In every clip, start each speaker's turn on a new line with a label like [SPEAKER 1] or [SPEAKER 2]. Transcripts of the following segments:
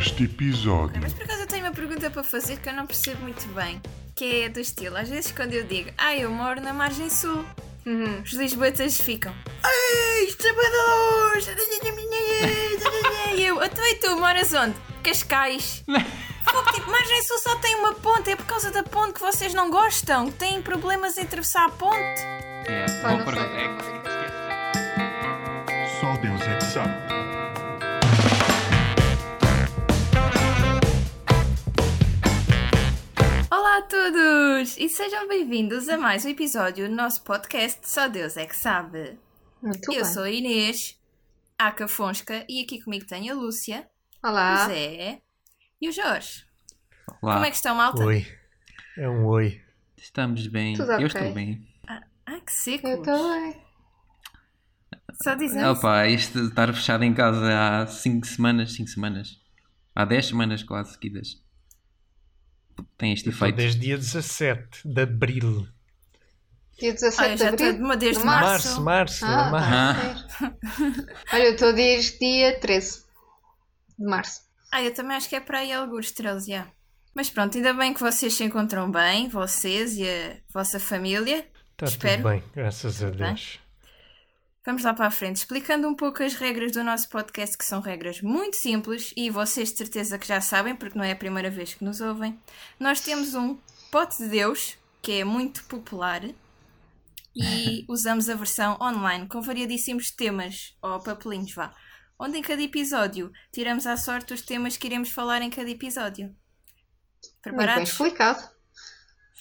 [SPEAKER 1] Este episódio
[SPEAKER 2] Mas por acaso eu tenho uma pergunta para fazer que eu não percebo muito bem, que é do estilo. Às vezes quando eu digo, ah, eu moro na margem sul, os lisboetas ficam, ai, Salvador! E eu, "Então e tu moras onde? Cascais. Fogo, tipo, margem sul só tem uma ponte, é por causa da ponte que vocês não gostam, que têm problemas em atravessar a ponte.
[SPEAKER 3] É,
[SPEAKER 4] Pá,
[SPEAKER 3] boa
[SPEAKER 4] não
[SPEAKER 3] pergunta.
[SPEAKER 4] sei.
[SPEAKER 3] É que- esquece.
[SPEAKER 1] só Deus é que sabe.
[SPEAKER 2] Olá a todos e sejam bem-vindos a mais um episódio do nosso podcast Só Deus é que sabe.
[SPEAKER 4] Muito
[SPEAKER 2] eu
[SPEAKER 4] bem.
[SPEAKER 2] sou a Inês, a Cafonsca, e aqui comigo tenho a Lúcia, o
[SPEAKER 4] Olá.
[SPEAKER 2] Zé e o Jorge.
[SPEAKER 3] Olá,
[SPEAKER 2] Como é que estão, malta?
[SPEAKER 5] Oi. É um oi.
[SPEAKER 3] estamos bem.
[SPEAKER 4] Tudo ok.
[SPEAKER 3] Eu estou bem.
[SPEAKER 2] Ah, que seco!
[SPEAKER 4] Eu também.
[SPEAKER 2] Só dizendo.
[SPEAKER 3] Opa, isto de estar fechado em casa há 5 semanas, 5 semanas. Há 10 semanas quase seguidas. Tem este
[SPEAKER 5] Estou
[SPEAKER 3] efeito.
[SPEAKER 5] desde dia 17 de abril.
[SPEAKER 4] Dia 17
[SPEAKER 2] Olha,
[SPEAKER 4] de
[SPEAKER 2] já
[SPEAKER 4] abril.
[SPEAKER 2] estou desde
[SPEAKER 4] de
[SPEAKER 2] março.
[SPEAKER 5] Março, março,
[SPEAKER 4] Ah,
[SPEAKER 5] março.
[SPEAKER 4] tá, sim. Olha, eu estou desde dia 13 de março.
[SPEAKER 2] Ah, eu também acho que é para aí alguns 13, já. Mas pronto, ainda bem que vocês se encontram bem, vocês e a vossa família.
[SPEAKER 5] Está
[SPEAKER 2] Espero.
[SPEAKER 5] Tá tudo bem, graças
[SPEAKER 4] Tá
[SPEAKER 5] a
[SPEAKER 2] bem.
[SPEAKER 5] Deus.
[SPEAKER 2] Vamos lá para a frente, explicando um pouco as regras do nosso podcast, que são regras muito simples e vocês de certeza que já sabem, porque não é a primeira vez que nos ouvem. Nós temos um pote de Deus, que é muito popular, e usamos a versão online, com variadíssimos temas, ou papelinhos, vá. Onde em cada episódio tiramos à sorte os temas que iremos falar em cada episódio.
[SPEAKER 4] Muito bem
[SPEAKER 2] Preparados?
[SPEAKER 4] explicado.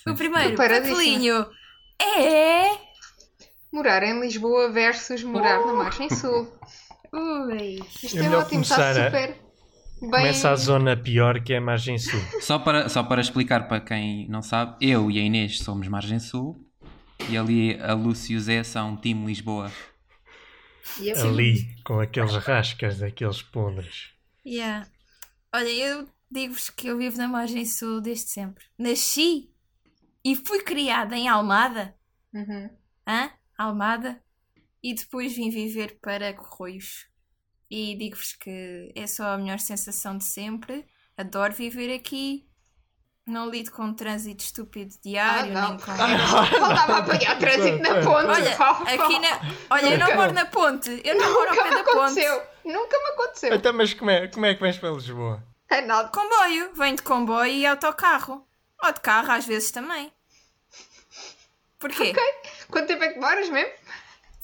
[SPEAKER 2] O primeiro
[SPEAKER 4] Preparadíssima.
[SPEAKER 2] papelinho é.
[SPEAKER 4] Morar em Lisboa versus morar
[SPEAKER 2] Oh!
[SPEAKER 4] na Margem Sul.
[SPEAKER 2] Ui.
[SPEAKER 4] Isto
[SPEAKER 5] É
[SPEAKER 4] é,
[SPEAKER 5] melhor
[SPEAKER 4] ótimo, está
[SPEAKER 5] começar a-
[SPEAKER 4] super bem.
[SPEAKER 5] Começa a zona pior que é a margem sul.
[SPEAKER 3] Só para, só para explicar para quem não sabe, eu e a Inês somos Margem Sul e ali a Lúcia e o Zé são Time Lisboa.
[SPEAKER 4] Yep.
[SPEAKER 2] assim,
[SPEAKER 5] Ali, com aqueles rascas, aqueles podres.
[SPEAKER 2] Yeah. Olha, eu digo-vos que eu vivo na margem sul desde sempre. Nasci e fui criada em Almada,
[SPEAKER 4] Uhum.
[SPEAKER 2] hã? Almada, e depois vim viver para Corroios. E digo-vos que é só a melhor sensação de sempre. Adoro viver aqui. Não lido com o trânsito estúpido diário,
[SPEAKER 4] Ah, não.
[SPEAKER 2] nem com.
[SPEAKER 4] Faltava apanhar trânsito na ponte.
[SPEAKER 2] Olha,
[SPEAKER 4] Pau, pau.
[SPEAKER 2] aqui na... Olha, eu não
[SPEAKER 5] Nunca.
[SPEAKER 2] moro na ponte. Eu não moro ao pé
[SPEAKER 4] Nunca me
[SPEAKER 2] da ponte.
[SPEAKER 4] aconteceu. Nunca me aconteceu.
[SPEAKER 5] Então, mas como é, como é que vais para Lisboa?
[SPEAKER 4] É nada.
[SPEAKER 2] Comboio, venho de comboio e autocarro. Ou de carro às vezes também. Porquê?
[SPEAKER 4] Quanto tempo é que demoras mesmo?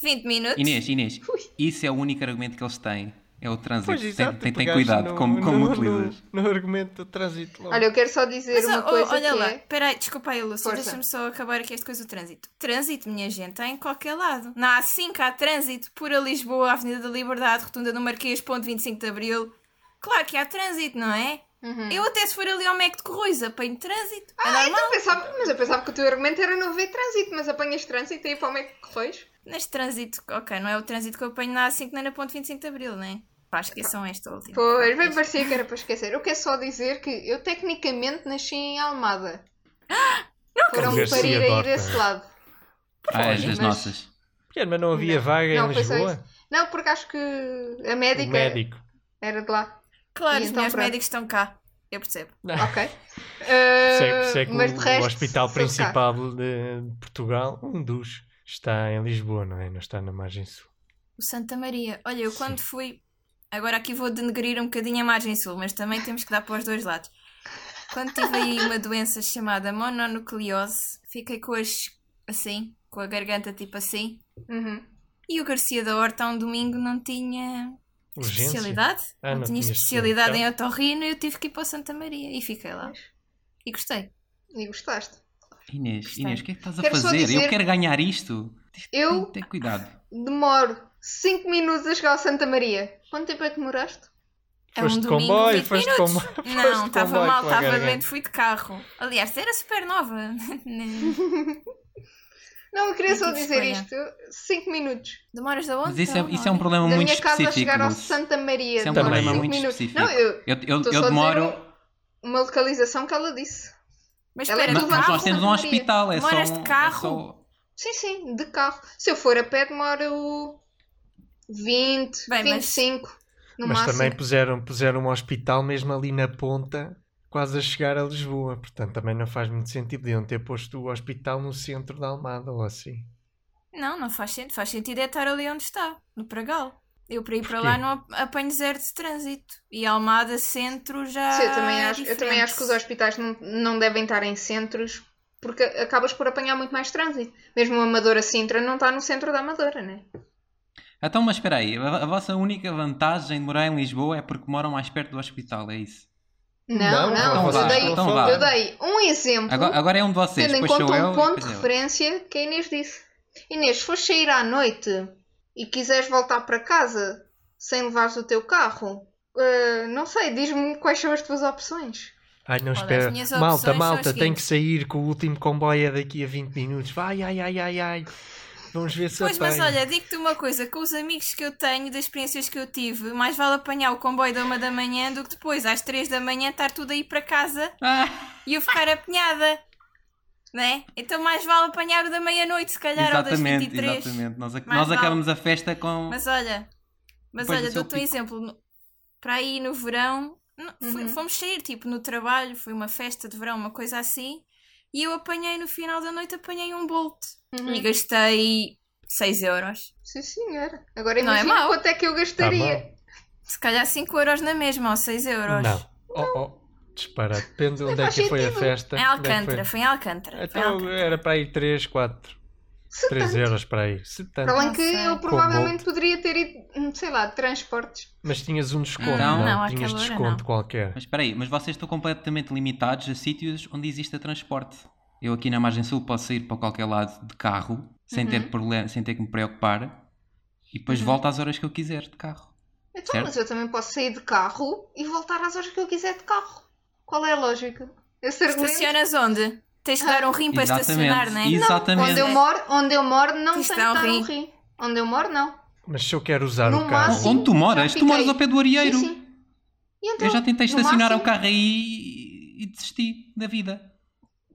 [SPEAKER 2] 20 minutos?
[SPEAKER 3] Inês, Inês, isso é o único argumento que eles têm. É o trânsito. tem,
[SPEAKER 5] tu
[SPEAKER 3] tem, tem
[SPEAKER 5] pegaste
[SPEAKER 3] cuidado
[SPEAKER 5] no-
[SPEAKER 3] como, como
[SPEAKER 5] no-
[SPEAKER 3] utilizas.
[SPEAKER 5] No, no argumento do trânsito logo.
[SPEAKER 4] Olha, eu quero só dizer
[SPEAKER 2] Oh. Mas
[SPEAKER 4] uma
[SPEAKER 2] oh,
[SPEAKER 4] coisa
[SPEAKER 2] olha
[SPEAKER 4] que
[SPEAKER 2] lá,
[SPEAKER 4] é...
[SPEAKER 2] peraí, desculpa aí, Lúcia,
[SPEAKER 4] Força.
[SPEAKER 2] deixa-me só acabar aqui esta coisa do trânsito. Trânsito, minha gente, está em qualquer lado. Na A5 há trânsito, por a Lisboa, Avenida da Liberdade, Rotunda do Marquês, ponto 25 de Abril. Claro que há trânsito, não é?
[SPEAKER 4] Uhum.
[SPEAKER 2] Eu até se for ali ao Mac de Corruiz, apanho trânsito. é
[SPEAKER 4] Ah,
[SPEAKER 2] normal.
[SPEAKER 4] então pensava, mas eu pensava que o teu argumento era não haver trânsito, mas apanhas trânsito e aí para onde é que corres?
[SPEAKER 2] Neste trânsito, ok, não é o trânsito que eu apanho na A5 nem na ponto 25 de Abril, não é? Pá, esqueçam esta última.
[SPEAKER 4] Pois, bem parecia que era para esquecer. Eu quero só dizer que eu tecnicamente nasci em Almada. Foram-me
[SPEAKER 5] acredito.
[SPEAKER 4] parir aí
[SPEAKER 5] Adoro,
[SPEAKER 4] desse
[SPEAKER 5] pá.
[SPEAKER 4] lado.
[SPEAKER 3] Ah, as
[SPEAKER 4] Mas-
[SPEAKER 3] nossas.
[SPEAKER 5] Porquê, mas não havia
[SPEAKER 4] Não,
[SPEAKER 5] vaga
[SPEAKER 4] não, é,
[SPEAKER 5] em
[SPEAKER 4] foi só
[SPEAKER 5] Lisboa?
[SPEAKER 4] Não, porque acho que a
[SPEAKER 5] O
[SPEAKER 4] médica
[SPEAKER 5] médico.
[SPEAKER 4] era de lá.
[SPEAKER 2] Claro,
[SPEAKER 4] E
[SPEAKER 2] os
[SPEAKER 4] então,
[SPEAKER 2] meus
[SPEAKER 4] pronto.
[SPEAKER 2] médicos estão cá. Eu percebo.
[SPEAKER 4] Ok.
[SPEAKER 5] Sei,
[SPEAKER 4] Uh,
[SPEAKER 5] por isso é que
[SPEAKER 4] mas
[SPEAKER 5] o,
[SPEAKER 4] de resto,
[SPEAKER 5] o Hospital
[SPEAKER 4] sou cá.
[SPEAKER 5] Principal de de Portugal, um dos, está em Lisboa, não é? Não está na margem sul.
[SPEAKER 2] O Santa Maria. Olha, eu quando fui. Agora aqui vou denegrir um bocadinho a margem sul, mas também temos que dar para os dois lados. Quando tive aí uma doença chamada mononucleose, fiquei com as. assim, com a garganta tipo assim.
[SPEAKER 4] Uhum.
[SPEAKER 2] E o Garcia da Horta, um domingo, não tinha
[SPEAKER 5] Urgência?
[SPEAKER 2] especialidade.
[SPEAKER 5] Ah,
[SPEAKER 2] não,
[SPEAKER 5] não
[SPEAKER 2] tinha
[SPEAKER 5] tinha
[SPEAKER 2] especialidade
[SPEAKER 5] especialidade.
[SPEAKER 2] em otorrino e eu tive que ir para o Santa Maria. E fiquei lá. E gostei.
[SPEAKER 4] E gostaste.
[SPEAKER 3] Inês,
[SPEAKER 2] Gostei.
[SPEAKER 3] Inês, o que é que estás a
[SPEAKER 4] Quero só
[SPEAKER 3] fazer?
[SPEAKER 4] dizer-
[SPEAKER 3] Eu quero ganhar isto.
[SPEAKER 4] Eu-
[SPEAKER 3] Tem, tem cuidado.
[SPEAKER 4] Demoro 5 minutos a chegar ao Santa Maria. Quanto tempo é que demoraste?
[SPEAKER 2] É
[SPEAKER 5] Foste
[SPEAKER 2] um
[SPEAKER 5] de
[SPEAKER 2] domingo,
[SPEAKER 5] comboio,
[SPEAKER 2] 20
[SPEAKER 5] foste de
[SPEAKER 2] minutos.
[SPEAKER 5] comboio, Então foste
[SPEAKER 2] não,
[SPEAKER 5] de
[SPEAKER 2] estava
[SPEAKER 5] comboio
[SPEAKER 2] mal,
[SPEAKER 5] com a
[SPEAKER 2] estava
[SPEAKER 5] garganta.
[SPEAKER 2] doente, fui de carro. Aliás, era super nova.
[SPEAKER 4] Não, eu queria
[SPEAKER 2] Eu
[SPEAKER 4] só
[SPEAKER 2] tive
[SPEAKER 4] dizer isto.
[SPEAKER 2] escolha.
[SPEAKER 4] 5 minutos.
[SPEAKER 2] Demoras da onde?
[SPEAKER 3] Mas isso é,
[SPEAKER 2] Não,
[SPEAKER 3] isso é
[SPEAKER 2] não,
[SPEAKER 3] um
[SPEAKER 2] não.
[SPEAKER 3] problema
[SPEAKER 4] Então, da
[SPEAKER 3] muito
[SPEAKER 4] minha casa a
[SPEAKER 3] específico.
[SPEAKER 4] chegar ao
[SPEAKER 3] Lúcio.
[SPEAKER 4] Santa Maria.
[SPEAKER 3] Isso é um
[SPEAKER 4] demora
[SPEAKER 5] problema
[SPEAKER 4] cinco
[SPEAKER 3] muito
[SPEAKER 4] minutos.
[SPEAKER 3] específico.
[SPEAKER 4] Não, eu,
[SPEAKER 3] Eu, eu,
[SPEAKER 4] Estou
[SPEAKER 3] eu
[SPEAKER 4] só a dizer
[SPEAKER 3] demoro.
[SPEAKER 4] uma localização que ela disse.
[SPEAKER 2] Mas
[SPEAKER 4] Ela é
[SPEAKER 2] espera,
[SPEAKER 3] Mas,
[SPEAKER 4] do
[SPEAKER 2] de
[SPEAKER 3] mas
[SPEAKER 2] carro?
[SPEAKER 3] nós temos um
[SPEAKER 4] Santa Maria.
[SPEAKER 3] hospital, é só.
[SPEAKER 2] Demoras de
[SPEAKER 3] um- é
[SPEAKER 2] carro?
[SPEAKER 3] só-
[SPEAKER 4] Sim, sim, de carro. Se eu for a pé, demora o 20,
[SPEAKER 2] Bem, mas-
[SPEAKER 4] 25. No
[SPEAKER 5] Mas
[SPEAKER 4] máximo.
[SPEAKER 5] também puseram, puseram um hospital mesmo ali na ponta, quase a chegar a Lisboa. Portanto, também não faz muito sentido. Deviam ter posto o hospital no centro da Almada ou assim.
[SPEAKER 2] Não, não faz sentido. Faz sentido é estar ali onde está, no Pragal. Eu para ir para lá
[SPEAKER 5] Porquê?
[SPEAKER 2] não ap- apanho zero de trânsito. E Almada Centro já.
[SPEAKER 4] Sim, eu, também
[SPEAKER 2] é
[SPEAKER 4] acho, eu também acho que os
[SPEAKER 2] diferente.
[SPEAKER 4] hospitais não, não devem estar em centros porque acabas por apanhar muito mais trânsito. Mesmo a Amadora Sintra não está no centro da Amadora, né?
[SPEAKER 3] Então, mas espera aí, a, a vossa única vantagem de morar em Lisboa é porque moram mais perto do hospital, é isso?
[SPEAKER 4] Não, não.
[SPEAKER 3] então
[SPEAKER 4] eu,
[SPEAKER 3] vá,
[SPEAKER 4] dei,
[SPEAKER 3] então vá.
[SPEAKER 4] eu dei um exemplo
[SPEAKER 3] Agora, agora é um de vocês,
[SPEAKER 4] tendo em
[SPEAKER 3] depois sou
[SPEAKER 4] conta
[SPEAKER 3] eu
[SPEAKER 4] um
[SPEAKER 3] e
[SPEAKER 4] ponto
[SPEAKER 3] depois é
[SPEAKER 4] de
[SPEAKER 3] eu.
[SPEAKER 4] referência que a Inês disse. Inês, se fores sair à noite e quiseres voltar para casa sem levares o teu carro, eh, não sei, diz-me quais são as tuas opções.
[SPEAKER 5] Ai, não
[SPEAKER 2] Olha,
[SPEAKER 5] espera.
[SPEAKER 2] as minhas opções são
[SPEAKER 5] Malta,
[SPEAKER 2] as
[SPEAKER 5] malta, tem
[SPEAKER 2] seguintes.
[SPEAKER 5] que sair que o último comboio é daqui a 20 minutos. Vai, ai, ai, ai, ai. Vamos ver se
[SPEAKER 2] Pois,
[SPEAKER 5] apanho.
[SPEAKER 2] mas olha, digo-te uma coisa: com os amigos que eu tenho, das experiências que eu tive, mais vale apanhar o comboio da uma da manhã do que depois, às três da manhã, estar tudo aí para casa
[SPEAKER 3] Ah,
[SPEAKER 2] e eu ficar apinhada. Né? Então, mais vale apanhar o da meia-noite, se calhar, ou das
[SPEAKER 3] exatamente,
[SPEAKER 2] 23.
[SPEAKER 3] exatamente. Nós, ac-
[SPEAKER 2] Mais
[SPEAKER 3] nós
[SPEAKER 2] vale.
[SPEAKER 3] acabamos a festa com.
[SPEAKER 2] Mas olha, mas
[SPEAKER 3] Depois
[SPEAKER 2] olha,
[SPEAKER 3] do seu
[SPEAKER 2] dou-te um
[SPEAKER 3] pico.
[SPEAKER 2] exemplo. No- Para aí no verão, não, fui-
[SPEAKER 4] Uhum.
[SPEAKER 2] fomos sair, tipo, no trabalho, foi uma festa de verão, uma coisa assim, e eu apanhei no final da noite, apanhei um bolt e gastei 6 euros.
[SPEAKER 4] Sim, senhora. Agora
[SPEAKER 2] Não é
[SPEAKER 4] imagina
[SPEAKER 2] mau.
[SPEAKER 4] quanto é que eu
[SPEAKER 5] Tá
[SPEAKER 4] gastaria.
[SPEAKER 5] mal.
[SPEAKER 2] Se calhar 5 euros na mesma, ou 6 euros.
[SPEAKER 5] Não. Oh, oh. Disparado. Depende de onde é
[SPEAKER 4] faz
[SPEAKER 5] que foi a
[SPEAKER 4] sentido.
[SPEAKER 5] festa.
[SPEAKER 2] Em
[SPEAKER 5] onde é que foi.
[SPEAKER 2] Alcântara, foi em Alcântara. foi em
[SPEAKER 5] Então
[SPEAKER 2] Alcântara.
[SPEAKER 5] era para aí 3, 4,
[SPEAKER 4] Se
[SPEAKER 5] 3
[SPEAKER 4] tanto.
[SPEAKER 5] euros para aí. Se tanto.
[SPEAKER 4] Para além
[SPEAKER 2] Não
[SPEAKER 4] que
[SPEAKER 2] sei.
[SPEAKER 4] eu
[SPEAKER 2] Com
[SPEAKER 4] provavelmente
[SPEAKER 5] Bolt.
[SPEAKER 4] poderia ter ido, hum, sei lá, de transportes.
[SPEAKER 5] Mas tinhas um desconto,
[SPEAKER 3] Não.
[SPEAKER 5] não?
[SPEAKER 2] Não, àquela
[SPEAKER 5] tinhas
[SPEAKER 2] hora
[SPEAKER 5] desconto
[SPEAKER 2] não.
[SPEAKER 5] qualquer.
[SPEAKER 3] Mas espera aí, mas vocês estão completamente limitados a sítios onde existe transporte. Eu aqui na margem sul posso ir para qualquer lado de carro, sem ter problema, sem ter que me preocupar, e depois volto às horas que eu quiser de carro.
[SPEAKER 4] Então,
[SPEAKER 3] Certo.
[SPEAKER 4] mas eu também posso sair de carro e voltar às horas que eu quiser de carro. Qual é a lógica? Esse
[SPEAKER 2] assim
[SPEAKER 4] argumento.
[SPEAKER 2] Estacionas onde? Tens de dar um rim para estacionar, não é?
[SPEAKER 3] exatamente.
[SPEAKER 4] Onde eu moro, onde eu moro não tem
[SPEAKER 2] Tens de
[SPEAKER 4] que
[SPEAKER 2] dar um
[SPEAKER 4] estar um
[SPEAKER 2] rim.
[SPEAKER 4] rim. Onde eu moro, não.
[SPEAKER 5] Mas se eu quero usar
[SPEAKER 4] No
[SPEAKER 5] o carro.
[SPEAKER 4] máximo-
[SPEAKER 3] Onde tu moras?
[SPEAKER 4] assim, Já
[SPEAKER 3] Tu moras
[SPEAKER 4] fiquei.
[SPEAKER 3] ao pé do Arieiro.
[SPEAKER 4] Sim, sim. E então,
[SPEAKER 3] Eu já tentei
[SPEAKER 4] no
[SPEAKER 3] estacionar
[SPEAKER 4] máximo-
[SPEAKER 3] o carro aí e desisti da vida.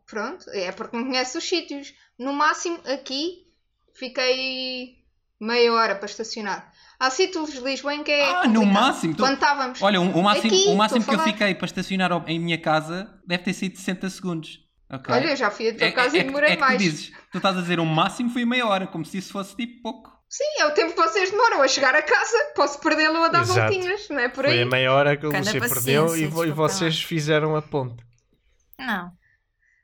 [SPEAKER 4] Pronto, é porque não conhece os sítios. No máximo, aqui, fiquei meia hora para estacionar. Há sítios de Lisboa em que é.
[SPEAKER 3] ah, no
[SPEAKER 4] complicado.
[SPEAKER 3] máximo. tu-
[SPEAKER 4] Quando estávamos.
[SPEAKER 3] Olha, o, o máximo,
[SPEAKER 4] Aqui,
[SPEAKER 3] o máximo que
[SPEAKER 4] estou a
[SPEAKER 3] eu
[SPEAKER 4] falar.
[SPEAKER 3] fiquei para estacionar ao- em minha casa deve ter sido 60 segundos. Ok.
[SPEAKER 4] Olha, eu já fui a tua casa
[SPEAKER 3] é,
[SPEAKER 4] e
[SPEAKER 3] que-
[SPEAKER 4] demorei
[SPEAKER 3] é que
[SPEAKER 4] mais.
[SPEAKER 3] tu dizes, tu estás a dizer o máximo foi meia hora, como se isso fosse tipo pouco.
[SPEAKER 4] Sim, é o tempo que vocês demoram a chegar a casa. Posso perdê-lo a dar
[SPEAKER 5] Exato.
[SPEAKER 4] voltinhas, não é por
[SPEAKER 5] Foi
[SPEAKER 4] aí?
[SPEAKER 5] a meia hora que o
[SPEAKER 2] Cada
[SPEAKER 5] Lúcia
[SPEAKER 2] paciência,
[SPEAKER 5] perdeu e, vo- e
[SPEAKER 2] desculpa lá.
[SPEAKER 5] vocês fizeram a ponte.
[SPEAKER 2] Não.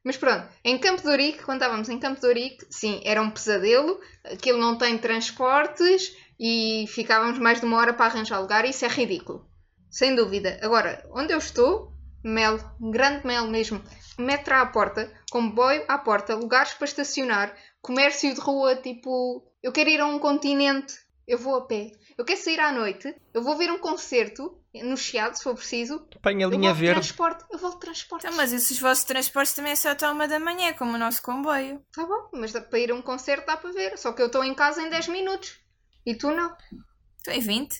[SPEAKER 4] Mas pronto, em Campo de Ourique, quando estávamos em Campo de Ourique, sim, era um pesadelo, aquilo não tem transportes e ficávamos mais de uma hora para arranjar lugar, isso é ridículo. Sem dúvida. Agora, onde eu estou, mel, grande mel mesmo, metro à porta, comboio à porta, lugares para estacionar, comércio de rua, tipo, eu quero ir a um continente, eu vou a pé. Eu quero sair à noite, eu vou ver um concerto, no Chiado, se for preciso,
[SPEAKER 5] Apanha a
[SPEAKER 4] eu
[SPEAKER 5] linha
[SPEAKER 4] volto de
[SPEAKER 5] verde.
[SPEAKER 4] transporte, eu volto de transporte.
[SPEAKER 2] Então, mas esses vossos transportes também é só até uma da manhã, como o nosso comboio.
[SPEAKER 4] Tá bom, mas dá- para ir a um concerto dá para ver. Só que eu estou em casa em 10 minutos. E tu não.
[SPEAKER 2] Tu é 20?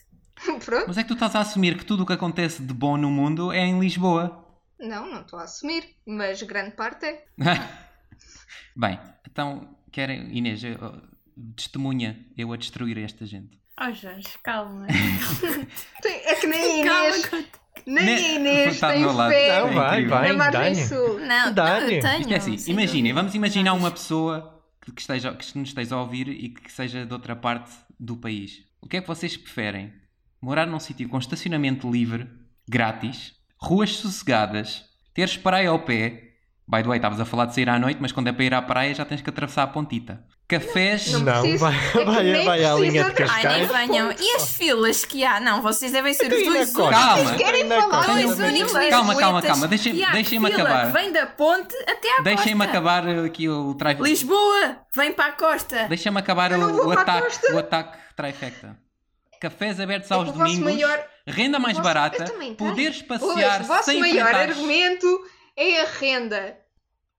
[SPEAKER 4] Pronto.
[SPEAKER 3] Mas é que tu estás a assumir que tudo o que acontece de bom no mundo é em Lisboa.
[SPEAKER 4] Não, não estou a assumir. Mas grande parte é.
[SPEAKER 3] Bem, então, querem, Inês, eu- eu- testemunha eu a destruir esta gente.
[SPEAKER 2] Oh, Jorge, calma.
[SPEAKER 4] Tem- É que nem a Inês,
[SPEAKER 2] calma.
[SPEAKER 4] nem a
[SPEAKER 3] Ne-
[SPEAKER 4] Inês
[SPEAKER 3] Tá do
[SPEAKER 4] tem
[SPEAKER 3] meu lado.
[SPEAKER 4] fé
[SPEAKER 3] É
[SPEAKER 5] Não, vai,
[SPEAKER 3] incrível.
[SPEAKER 5] vai,
[SPEAKER 4] na Margem
[SPEAKER 5] dá-lhe.
[SPEAKER 4] Sul.
[SPEAKER 2] Não, não,
[SPEAKER 5] Dá-lhe.
[SPEAKER 2] eu tenho.
[SPEAKER 3] Isto é assim,
[SPEAKER 2] sem
[SPEAKER 3] imaginem,
[SPEAKER 2] dúvida.
[SPEAKER 3] vamos imaginar uma pessoa que, que esteja, que nos esteja a ouvir e que seja de outra parte do país. O que é que vocês preferem? Morar num sítio com estacionamento livre, grátis, ruas sossegadas, teres praia ao pé. By the way, estavas a falar de sair à noite, mas quando é para ir à praia já tens que atravessar a pontita. Cafés.
[SPEAKER 4] Não
[SPEAKER 5] Não,
[SPEAKER 4] preciso.
[SPEAKER 5] vai,
[SPEAKER 4] É que
[SPEAKER 5] vai,
[SPEAKER 4] nem
[SPEAKER 5] vai à linha de
[SPEAKER 4] precisa
[SPEAKER 2] Ai, nem
[SPEAKER 5] Cascais.
[SPEAKER 4] Cai.
[SPEAKER 2] venham. E as filas que há? Não, vocês devem ser os
[SPEAKER 5] Tem na
[SPEAKER 2] dois
[SPEAKER 5] costa,
[SPEAKER 2] únicos.
[SPEAKER 3] Calma.
[SPEAKER 5] tem
[SPEAKER 4] Querem
[SPEAKER 5] na
[SPEAKER 4] falar
[SPEAKER 5] costa,
[SPEAKER 2] Os
[SPEAKER 4] Calma,
[SPEAKER 2] dois
[SPEAKER 5] mas-
[SPEAKER 2] únicos
[SPEAKER 4] calma,
[SPEAKER 2] lisboetas
[SPEAKER 3] calma, calma, deixem-
[SPEAKER 2] que há
[SPEAKER 3] deixem-me
[SPEAKER 2] fila
[SPEAKER 3] acabar.
[SPEAKER 2] que Vem da ponte até à
[SPEAKER 3] Deixem-me
[SPEAKER 2] costa.
[SPEAKER 3] acabar aqui o trifecta.
[SPEAKER 2] Lisboa, vem para a costa.
[SPEAKER 3] Deixem-me acabar
[SPEAKER 4] Eu não
[SPEAKER 3] o,
[SPEAKER 4] vou
[SPEAKER 3] o
[SPEAKER 4] para a
[SPEAKER 3] ataque,
[SPEAKER 4] costa.
[SPEAKER 3] o ataque trifecta. Cafés abertos
[SPEAKER 4] É que
[SPEAKER 3] aos
[SPEAKER 4] o vosso
[SPEAKER 3] domingos,
[SPEAKER 4] maior-
[SPEAKER 3] renda mais
[SPEAKER 4] vosso-
[SPEAKER 3] barata,
[SPEAKER 4] Eu também tenho.
[SPEAKER 3] poderes passear
[SPEAKER 4] Pois, o vosso
[SPEAKER 3] sem
[SPEAKER 4] maior
[SPEAKER 3] enfrentares-
[SPEAKER 4] argumento é a renda.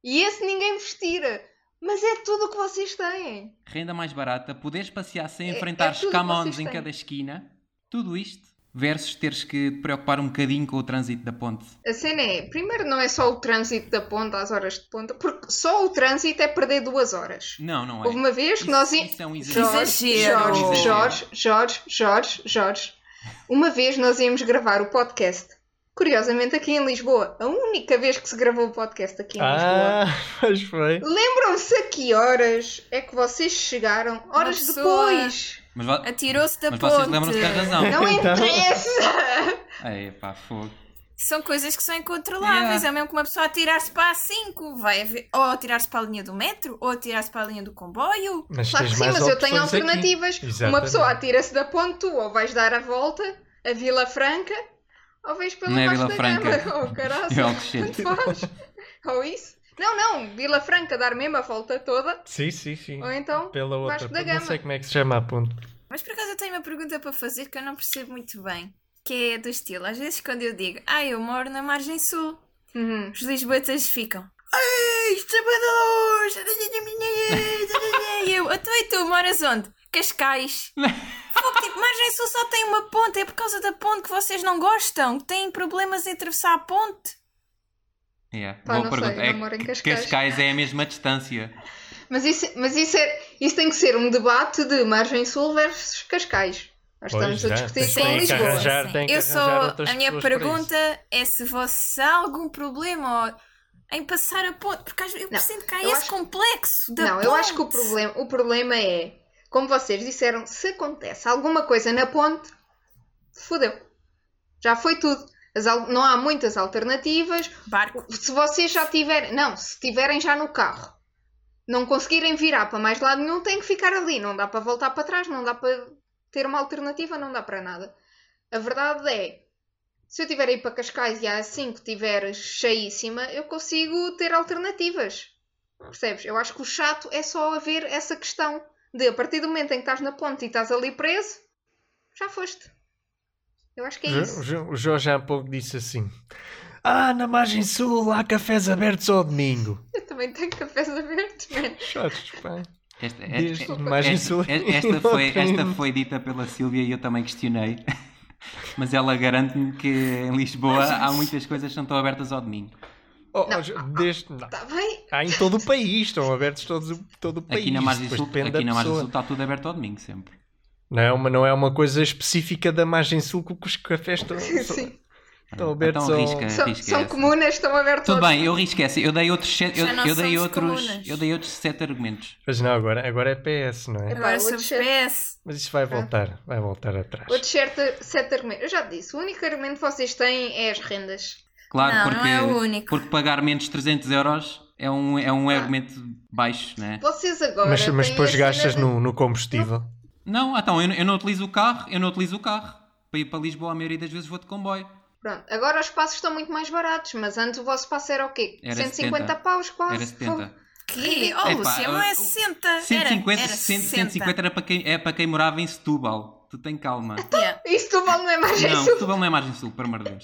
[SPEAKER 4] E esse ninguém vos tira. Mas é tudo o que vocês têm.
[SPEAKER 3] renda mais barata, poderes passear sem
[SPEAKER 4] É- é
[SPEAKER 3] enfrentar
[SPEAKER 4] tudo o que
[SPEAKER 3] camões
[SPEAKER 4] vocês
[SPEAKER 3] em
[SPEAKER 4] têm.
[SPEAKER 3] cada esquina, tudo isto, versus teres que te preocupar um bocadinho com o trânsito da ponte.
[SPEAKER 4] A cena é, primeiro não é só o trânsito da ponta às horas de ponta, porque só o trânsito é perder duas horas.
[SPEAKER 3] Não, não é.
[SPEAKER 4] Houve uma vez que nós...
[SPEAKER 3] Isso-
[SPEAKER 4] i-
[SPEAKER 3] isso é um exagero.
[SPEAKER 4] Jorge,
[SPEAKER 2] Exagero.
[SPEAKER 4] Jorge, Jorge, Jorge, Jorge, Jorge, Uma vez nós íamos gravar o podcast. Curiosamente, aqui em Lisboa. A única vez que se gravou o podcast aqui em Lisboa.
[SPEAKER 5] Ah, mas foi.
[SPEAKER 4] Lembram-se a que horas é que vocês chegaram? Horas
[SPEAKER 2] pessoa-
[SPEAKER 4] depois!
[SPEAKER 3] Mas, vo-
[SPEAKER 2] Atirou-se da
[SPEAKER 3] mas vocês
[SPEAKER 2] Então, ponte.
[SPEAKER 3] lembram-se da razão.
[SPEAKER 4] Não
[SPEAKER 5] Então.
[SPEAKER 4] interessa!
[SPEAKER 3] É, pá, fogo.
[SPEAKER 2] São coisas que são incontroláveis.
[SPEAKER 3] Yeah.
[SPEAKER 2] É mesmo que uma pessoa atirar-se para a 5, vai haver- ou atirar-se para a linha do metro, ou atirar-se para a linha do comboio.
[SPEAKER 5] Mas
[SPEAKER 4] Claro que
[SPEAKER 5] tens
[SPEAKER 4] sim,
[SPEAKER 5] mais
[SPEAKER 4] mas eu tenho
[SPEAKER 5] opções aqui.
[SPEAKER 4] alternativas. Uma
[SPEAKER 5] Exatamente.
[SPEAKER 4] pessoa atira-se da ponte, tu ou vais dar a volta a Vila Franca, ou vais pela
[SPEAKER 3] Não é
[SPEAKER 4] Vasta
[SPEAKER 3] Vila Franca.
[SPEAKER 4] Gama. Oh, caralho.
[SPEAKER 3] É o Alcochete.
[SPEAKER 4] faz? ou isso? Não, não, Vila Franca, dar mesmo a volta toda.
[SPEAKER 5] Sim, sim, sim.
[SPEAKER 4] Ou então,
[SPEAKER 5] Pela outra.
[SPEAKER 4] Vasco da
[SPEAKER 5] Não
[SPEAKER 4] Gama.
[SPEAKER 5] sei como é que se chama a ponte.
[SPEAKER 2] Mas por acaso eu tenho uma pergunta para fazer que eu não percebo muito bem. Que é do estilo. Às vezes quando eu digo, ah, eu moro na margem sul,
[SPEAKER 4] Uhum.
[SPEAKER 2] os lisboetas ficam. Ai, sabadores! E eu, então e tu moras onde? Cascais. Fogo, tipo, margem sul só tem uma ponte, é por causa da ponte que vocês não gostam, que têm problemas em atravessar a ponte.
[SPEAKER 3] Yeah.
[SPEAKER 4] Pá,
[SPEAKER 3] Boa
[SPEAKER 4] não sei,
[SPEAKER 3] pergunta.
[SPEAKER 4] eu
[SPEAKER 3] é,
[SPEAKER 4] moro em
[SPEAKER 3] que-
[SPEAKER 4] Cascais.
[SPEAKER 3] Cascais é a mesma distância.
[SPEAKER 4] Mas, isso, mas isso, é, isso tem que ser um debate de margem sul versus Cascais. Nós
[SPEAKER 5] Pois,
[SPEAKER 4] estamos a
[SPEAKER 5] já.
[SPEAKER 4] discutir
[SPEAKER 5] Tem
[SPEAKER 4] isso
[SPEAKER 5] que
[SPEAKER 4] em Lisboa.
[SPEAKER 5] arranjar-
[SPEAKER 2] Sim.
[SPEAKER 5] tem que
[SPEAKER 2] eu
[SPEAKER 5] arranjar outras
[SPEAKER 2] só. A minha
[SPEAKER 5] pessoas para
[SPEAKER 2] pergunta é se você há algum problema ó, em passar a ponte, porque às- eu
[SPEAKER 4] Não,
[SPEAKER 2] sinto que há
[SPEAKER 4] eu
[SPEAKER 2] esse
[SPEAKER 4] acho-
[SPEAKER 2] complexo da
[SPEAKER 4] Não, eu acho que o
[SPEAKER 2] ponte.
[SPEAKER 4] problema, o problema é, como vocês disseram, se acontece alguma coisa na ponte, fodeu. Já foi tudo. As al- não há muitas alternativas.
[SPEAKER 2] Barco.
[SPEAKER 4] Se vocês já tiverem. Não, se tiverem já no carro, não conseguirem virar para mais lado nenhum, tem que ficar ali. Não dá para voltar para trás, não dá para ter uma alternativa, não dá para nada. A verdade é. Se eu tiver aí para Cascais e a A5 estiver cheíssima, eu consigo ter alternativas. Percebes? Eu acho que o chato é só haver essa questão de a partir do momento em que estás na ponte e estás ali preso, já foste. Eu acho que é
[SPEAKER 5] Jo-
[SPEAKER 4] isso.
[SPEAKER 5] Jo- O Jorge há pouco disse assim: Ah, na margem sul há cafés abertos ao domingo.
[SPEAKER 4] Eu também tenho cafés abertos, mano.
[SPEAKER 5] Jorge, pá.
[SPEAKER 3] Esta,
[SPEAKER 5] Desde
[SPEAKER 3] esta-
[SPEAKER 5] margem
[SPEAKER 3] esta-
[SPEAKER 5] sul.
[SPEAKER 3] esta foi, esta
[SPEAKER 5] Não
[SPEAKER 3] foi dita pela Sílvia e eu também questionei. Mas ela garante-me que em Lisboa há muitas coisas que não estão abertas ao domingo.
[SPEAKER 5] Oh,
[SPEAKER 4] Não.
[SPEAKER 5] Jo- desde- não.
[SPEAKER 4] Está Tá bem?
[SPEAKER 5] Há em todo o país, estão abertos todos, o- todo o país.
[SPEAKER 3] Aqui na Margem
[SPEAKER 5] depois
[SPEAKER 3] Sul,
[SPEAKER 5] depende
[SPEAKER 3] aqui
[SPEAKER 5] da
[SPEAKER 3] na Margem
[SPEAKER 5] pessoa.
[SPEAKER 3] Sul está tudo aberto ao domingo sempre.
[SPEAKER 5] Não, é uma, não é uma coisa específica da margem sul que os cafés estão.
[SPEAKER 4] Sim.
[SPEAKER 5] Estão abertos
[SPEAKER 3] então
[SPEAKER 5] ao-
[SPEAKER 3] risca,
[SPEAKER 4] São,
[SPEAKER 3] risca
[SPEAKER 4] são
[SPEAKER 3] essa.
[SPEAKER 4] comunas, estão abertas.
[SPEAKER 3] Tudo bem, eu risco essa. Eu dei outros sete, eu,
[SPEAKER 2] Já não
[SPEAKER 3] eu dei
[SPEAKER 2] somos
[SPEAKER 3] outros,
[SPEAKER 2] comunas.
[SPEAKER 3] eu dei outros sete argumentos.
[SPEAKER 5] Mas não, agora, agora é PS, não é?
[SPEAKER 4] É.
[SPEAKER 2] Agora
[SPEAKER 4] Pá,
[SPEAKER 2] somos
[SPEAKER 4] outro-
[SPEAKER 2] PS.
[SPEAKER 5] Mas isso
[SPEAKER 3] Ah.
[SPEAKER 5] vai voltar, vai voltar atrás.
[SPEAKER 4] Outros sete, sete argumentos. Eu já te disse, o único argumento que vocês têm é as rendas.
[SPEAKER 3] Claro,
[SPEAKER 2] Não, não
[SPEAKER 3] porque,
[SPEAKER 2] é o único. Ah.
[SPEAKER 3] porque pagar menos 300 euros é um, é um argumento baixo, né?
[SPEAKER 4] Vocês agora.
[SPEAKER 5] Mas, mas
[SPEAKER 4] têm
[SPEAKER 5] depois
[SPEAKER 4] a cena
[SPEAKER 5] gastas
[SPEAKER 4] de-
[SPEAKER 5] no, no combustível.
[SPEAKER 3] Não, então, eu, não- eu não utilizo o carro, eu não utilizo o carro. Para ir para Lisboa, a maioria das vezes vou de comboio.
[SPEAKER 4] Pronto, agora os passos estão muito mais baratos, mas antes o vosso passo era o quê?
[SPEAKER 3] Era
[SPEAKER 4] 150
[SPEAKER 3] 70.
[SPEAKER 4] paus quase.
[SPEAKER 3] Era 70.
[SPEAKER 2] Que?
[SPEAKER 4] Ridículo.
[SPEAKER 2] Oh,
[SPEAKER 3] Epá,
[SPEAKER 2] Lúcia, não é
[SPEAKER 3] o-
[SPEAKER 2] 60. Era-
[SPEAKER 3] 150,
[SPEAKER 2] era
[SPEAKER 3] 100,
[SPEAKER 2] 60.
[SPEAKER 3] 150 era para quem, é para quem morava em Setúbal. Tu tem calma.
[SPEAKER 2] Yeah.
[SPEAKER 4] Isso tu vale não é mais
[SPEAKER 3] Não,
[SPEAKER 4] isso.
[SPEAKER 3] Setúbal não é margem sul, para amor de Deus.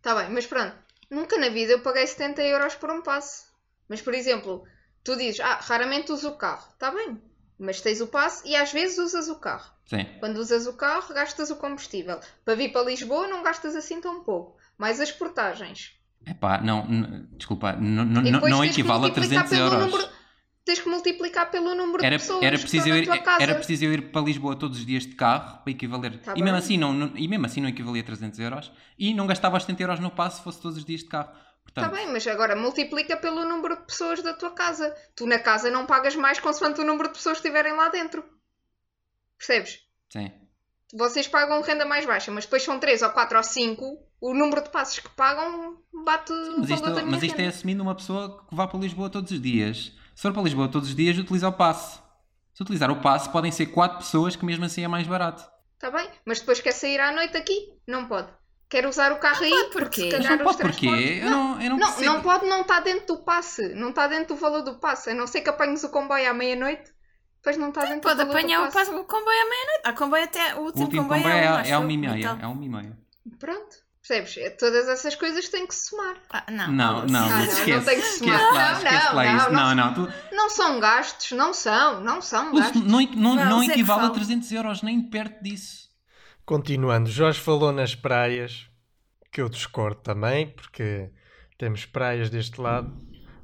[SPEAKER 4] Tá bem, mas pronto. Nunca na vida eu paguei 70 euros por um passe. Mas, por exemplo, tu dizes, ah, raramente uso o carro. Tá bem, mas tens o passe e às vezes usas o carro.
[SPEAKER 3] Sim.
[SPEAKER 4] Quando usas o carro, gastas o combustível. Para vir para Lisboa, não gastas assim tão pouco. Mais as portagens.
[SPEAKER 3] Epá, não, n- desculpa, n- n-
[SPEAKER 4] E
[SPEAKER 3] não,
[SPEAKER 4] depois
[SPEAKER 3] não
[SPEAKER 4] tens que
[SPEAKER 3] equivale a
[SPEAKER 4] multiplicar
[SPEAKER 3] 300
[SPEAKER 4] pelo
[SPEAKER 3] euros.
[SPEAKER 4] número- Tens que multiplicar pelo número
[SPEAKER 3] Era,
[SPEAKER 4] de pessoas
[SPEAKER 3] era,
[SPEAKER 4] que
[SPEAKER 3] preciso
[SPEAKER 4] estão
[SPEAKER 3] eu
[SPEAKER 4] na
[SPEAKER 3] ir,
[SPEAKER 4] tua casa.
[SPEAKER 3] era preciso eu ir para Lisboa todos os dias de carro para equivaler.
[SPEAKER 4] Tá
[SPEAKER 3] e, mesmo
[SPEAKER 4] bem.
[SPEAKER 3] assim, não, não- e mesmo assim não equivalia a 300 euros. E não gastava os 70 euros no passo se fosse todos os dias de carro.
[SPEAKER 4] Tá
[SPEAKER 3] Portanto,
[SPEAKER 4] bem, mas agora multiplica pelo número de pessoas da tua casa. Tu na casa não pagas mais consoante o número de pessoas que estiverem lá dentro. Percebes?
[SPEAKER 3] sim.
[SPEAKER 4] vocês pagam renda mais baixa, mas depois são 3 ou 4 ou 5, o número de passos que pagam bate o
[SPEAKER 3] Mas
[SPEAKER 4] valor da
[SPEAKER 3] isto,
[SPEAKER 4] minha
[SPEAKER 3] mas isto é
[SPEAKER 4] renda.
[SPEAKER 3] assumindo uma pessoa que vá para Lisboa todos os dias. Se for para Lisboa todos os dias, utiliza o passe. Se utilizar o passe, podem ser 4 pessoas que mesmo assim é mais barato.
[SPEAKER 4] Tá bem? Mas depois quer sair à noite aqui? Não pode. Quer usar o carro aí?
[SPEAKER 2] porquê?
[SPEAKER 4] Porque se
[SPEAKER 3] Mas
[SPEAKER 4] calhar
[SPEAKER 3] não
[SPEAKER 4] os
[SPEAKER 3] pode porquê?
[SPEAKER 4] transportes...
[SPEAKER 3] Eu não, eu não,
[SPEAKER 4] Não,
[SPEAKER 3] percebo.
[SPEAKER 4] não pode, não está dentro do passe. Não está dentro do valor do passe. A não ser que apanhes o comboio à meia-noite, depois não está dentro
[SPEAKER 2] Pode
[SPEAKER 4] do valor
[SPEAKER 2] apanhar
[SPEAKER 4] do
[SPEAKER 2] o, passo- o comboio à meia-noite. Ah, comboio até, o
[SPEAKER 3] O
[SPEAKER 2] último,
[SPEAKER 3] último comboio é,
[SPEAKER 2] uma, então,
[SPEAKER 3] é, é uma e
[SPEAKER 2] acho eu,
[SPEAKER 3] meia.
[SPEAKER 2] tal.
[SPEAKER 3] É uma e meia.
[SPEAKER 4] Pronto. Percebes? É, Todas essas coisas têm que se somar.
[SPEAKER 2] Ah, não,
[SPEAKER 3] Não, não,
[SPEAKER 2] Lúcia.
[SPEAKER 4] não, não
[SPEAKER 3] esquece.
[SPEAKER 4] tem que se
[SPEAKER 3] esquece
[SPEAKER 4] tomar.
[SPEAKER 3] lá,
[SPEAKER 4] Não,
[SPEAKER 3] esquece
[SPEAKER 4] não,
[SPEAKER 3] lá
[SPEAKER 4] não,
[SPEAKER 3] isso.
[SPEAKER 4] não.
[SPEAKER 3] Não, não. tu-
[SPEAKER 4] Não são gastos, não são, não são
[SPEAKER 3] Lúcio,
[SPEAKER 4] gastos.
[SPEAKER 3] não, não,
[SPEAKER 2] Vá,
[SPEAKER 3] não
[SPEAKER 2] você é que
[SPEAKER 3] equivale a
[SPEAKER 2] fala.
[SPEAKER 3] 300 euros, nem perto disso.
[SPEAKER 5] Continuando, Jorge falou nas praias, que eu discordo também, porque temos praias deste lado,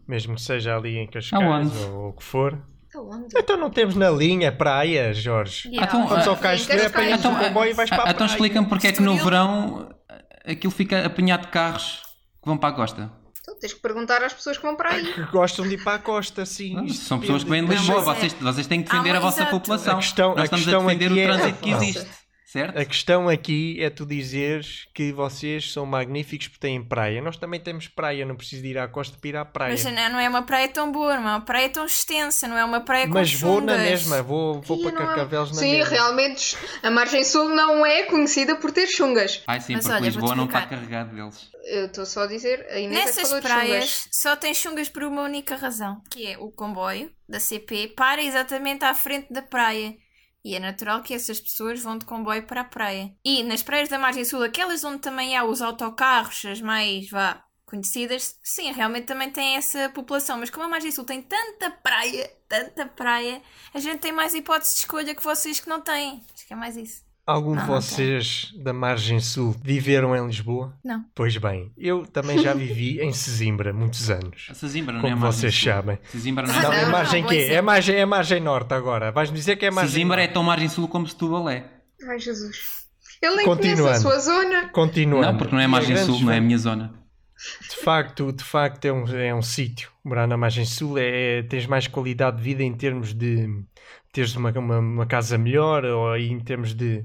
[SPEAKER 5] mesmo que seja ali em Cascais
[SPEAKER 3] Aonde?
[SPEAKER 5] ou ou o que for.
[SPEAKER 4] Aonde?
[SPEAKER 5] Então não temos na linha praia, Jorge.
[SPEAKER 2] Yeah.
[SPEAKER 3] então,
[SPEAKER 5] Vamos
[SPEAKER 3] ah,
[SPEAKER 5] ao Cais é
[SPEAKER 4] Sim,
[SPEAKER 5] de Lé,
[SPEAKER 4] Cascais.
[SPEAKER 5] apanhas
[SPEAKER 3] Então,
[SPEAKER 5] o um comboio e vais para a
[SPEAKER 3] Ah,
[SPEAKER 5] praia.
[SPEAKER 3] então explica-me porque é que no
[SPEAKER 2] Estoril.
[SPEAKER 3] verão ah, aquilo fica apanhado de carros que vão para a costa.
[SPEAKER 4] Então tens que perguntar às pessoas que vão para aí.
[SPEAKER 5] Que gostam de ir para a costa, sim.
[SPEAKER 3] Ah,
[SPEAKER 5] Isto
[SPEAKER 3] São pessoas que vêm de
[SPEAKER 5] depende-
[SPEAKER 3] Lisboa,
[SPEAKER 2] mas é-
[SPEAKER 3] vocês, vocês têm que defender
[SPEAKER 2] Ah,
[SPEAKER 3] a vossa
[SPEAKER 2] exato.
[SPEAKER 3] população.
[SPEAKER 5] A questão-
[SPEAKER 3] Nós
[SPEAKER 5] a
[SPEAKER 3] estamos
[SPEAKER 5] questão
[SPEAKER 3] a defender
[SPEAKER 5] aqui
[SPEAKER 3] o
[SPEAKER 5] é-
[SPEAKER 3] trânsito que
[SPEAKER 5] Nossa.
[SPEAKER 3] existe, certo?
[SPEAKER 5] A questão aqui é tu dizeres que vocês são magníficos porque têm praia. Nós também temos praia, não preciso de ir à costa para ir à praia.
[SPEAKER 2] Mas não não é uma praia tão boa, não é uma praia tão extensa, não é uma praia com
[SPEAKER 5] Mas vou na
[SPEAKER 2] chungas.
[SPEAKER 5] mesma, vou, vou
[SPEAKER 4] Ih,
[SPEAKER 5] para
[SPEAKER 4] não há-
[SPEAKER 5] Carcavelos na
[SPEAKER 4] Sim,
[SPEAKER 5] mesma.
[SPEAKER 4] realmente a margem sul não é conhecida por ter chungas.
[SPEAKER 3] Ai sim,
[SPEAKER 2] Mas
[SPEAKER 3] porque
[SPEAKER 2] olha, vou-te
[SPEAKER 3] Lisboa não está
[SPEAKER 2] explicar.
[SPEAKER 3] carregado deles.
[SPEAKER 4] Eu estou só a dizer, a Inês é que
[SPEAKER 2] Nessas
[SPEAKER 4] falou de chungas.
[SPEAKER 2] praias só tem chungas por uma única razão, que é o comboio da CP para exatamente à frente da praia. E é natural que essas pessoas vão de comboio para a praia. E nas praias da margem sul, aquelas onde também há os autocarros, as mais vá conhecidas, sim, realmente também tem essa população. Mas como a margem sul tem tanta praia, tanta praia, a gente tem mais hipótese de escolha que vocês que não têm. Acho que é mais isso.
[SPEAKER 5] Algum de
[SPEAKER 2] Ah,
[SPEAKER 5] vocês da margem sul viveram em Lisboa?
[SPEAKER 2] Não.
[SPEAKER 5] Pois bem, eu também já vivi em Sesimbra muitos anos.
[SPEAKER 3] A Sesimbra não é
[SPEAKER 5] Como
[SPEAKER 3] mais.
[SPEAKER 5] vocês sabem.
[SPEAKER 3] Sesimbra não é
[SPEAKER 5] Não,
[SPEAKER 3] margem
[SPEAKER 5] é
[SPEAKER 3] sul.
[SPEAKER 2] não,
[SPEAKER 5] margem
[SPEAKER 2] não,
[SPEAKER 5] quê?
[SPEAKER 2] pois é.
[SPEAKER 5] É margem, é margem norte agora. Vais-me dizer que é margem
[SPEAKER 3] Sesimbra é
[SPEAKER 5] norte.
[SPEAKER 3] tão margem sul como Setúbal é.
[SPEAKER 4] Ai, Jesus. Ele nem
[SPEAKER 5] Continuando.
[SPEAKER 4] conhece a sua zona.
[SPEAKER 5] Continuando.
[SPEAKER 3] Não, porque não é margem
[SPEAKER 5] Grandes
[SPEAKER 3] sul, não é a
[SPEAKER 5] van-
[SPEAKER 3] minha zona.
[SPEAKER 5] De facto, de facto é um, é um sítio. Morar na margem sul é, é- tens mais qualidade de vida em termos de teres uma, uma, uma casa melhor ou aí em termos de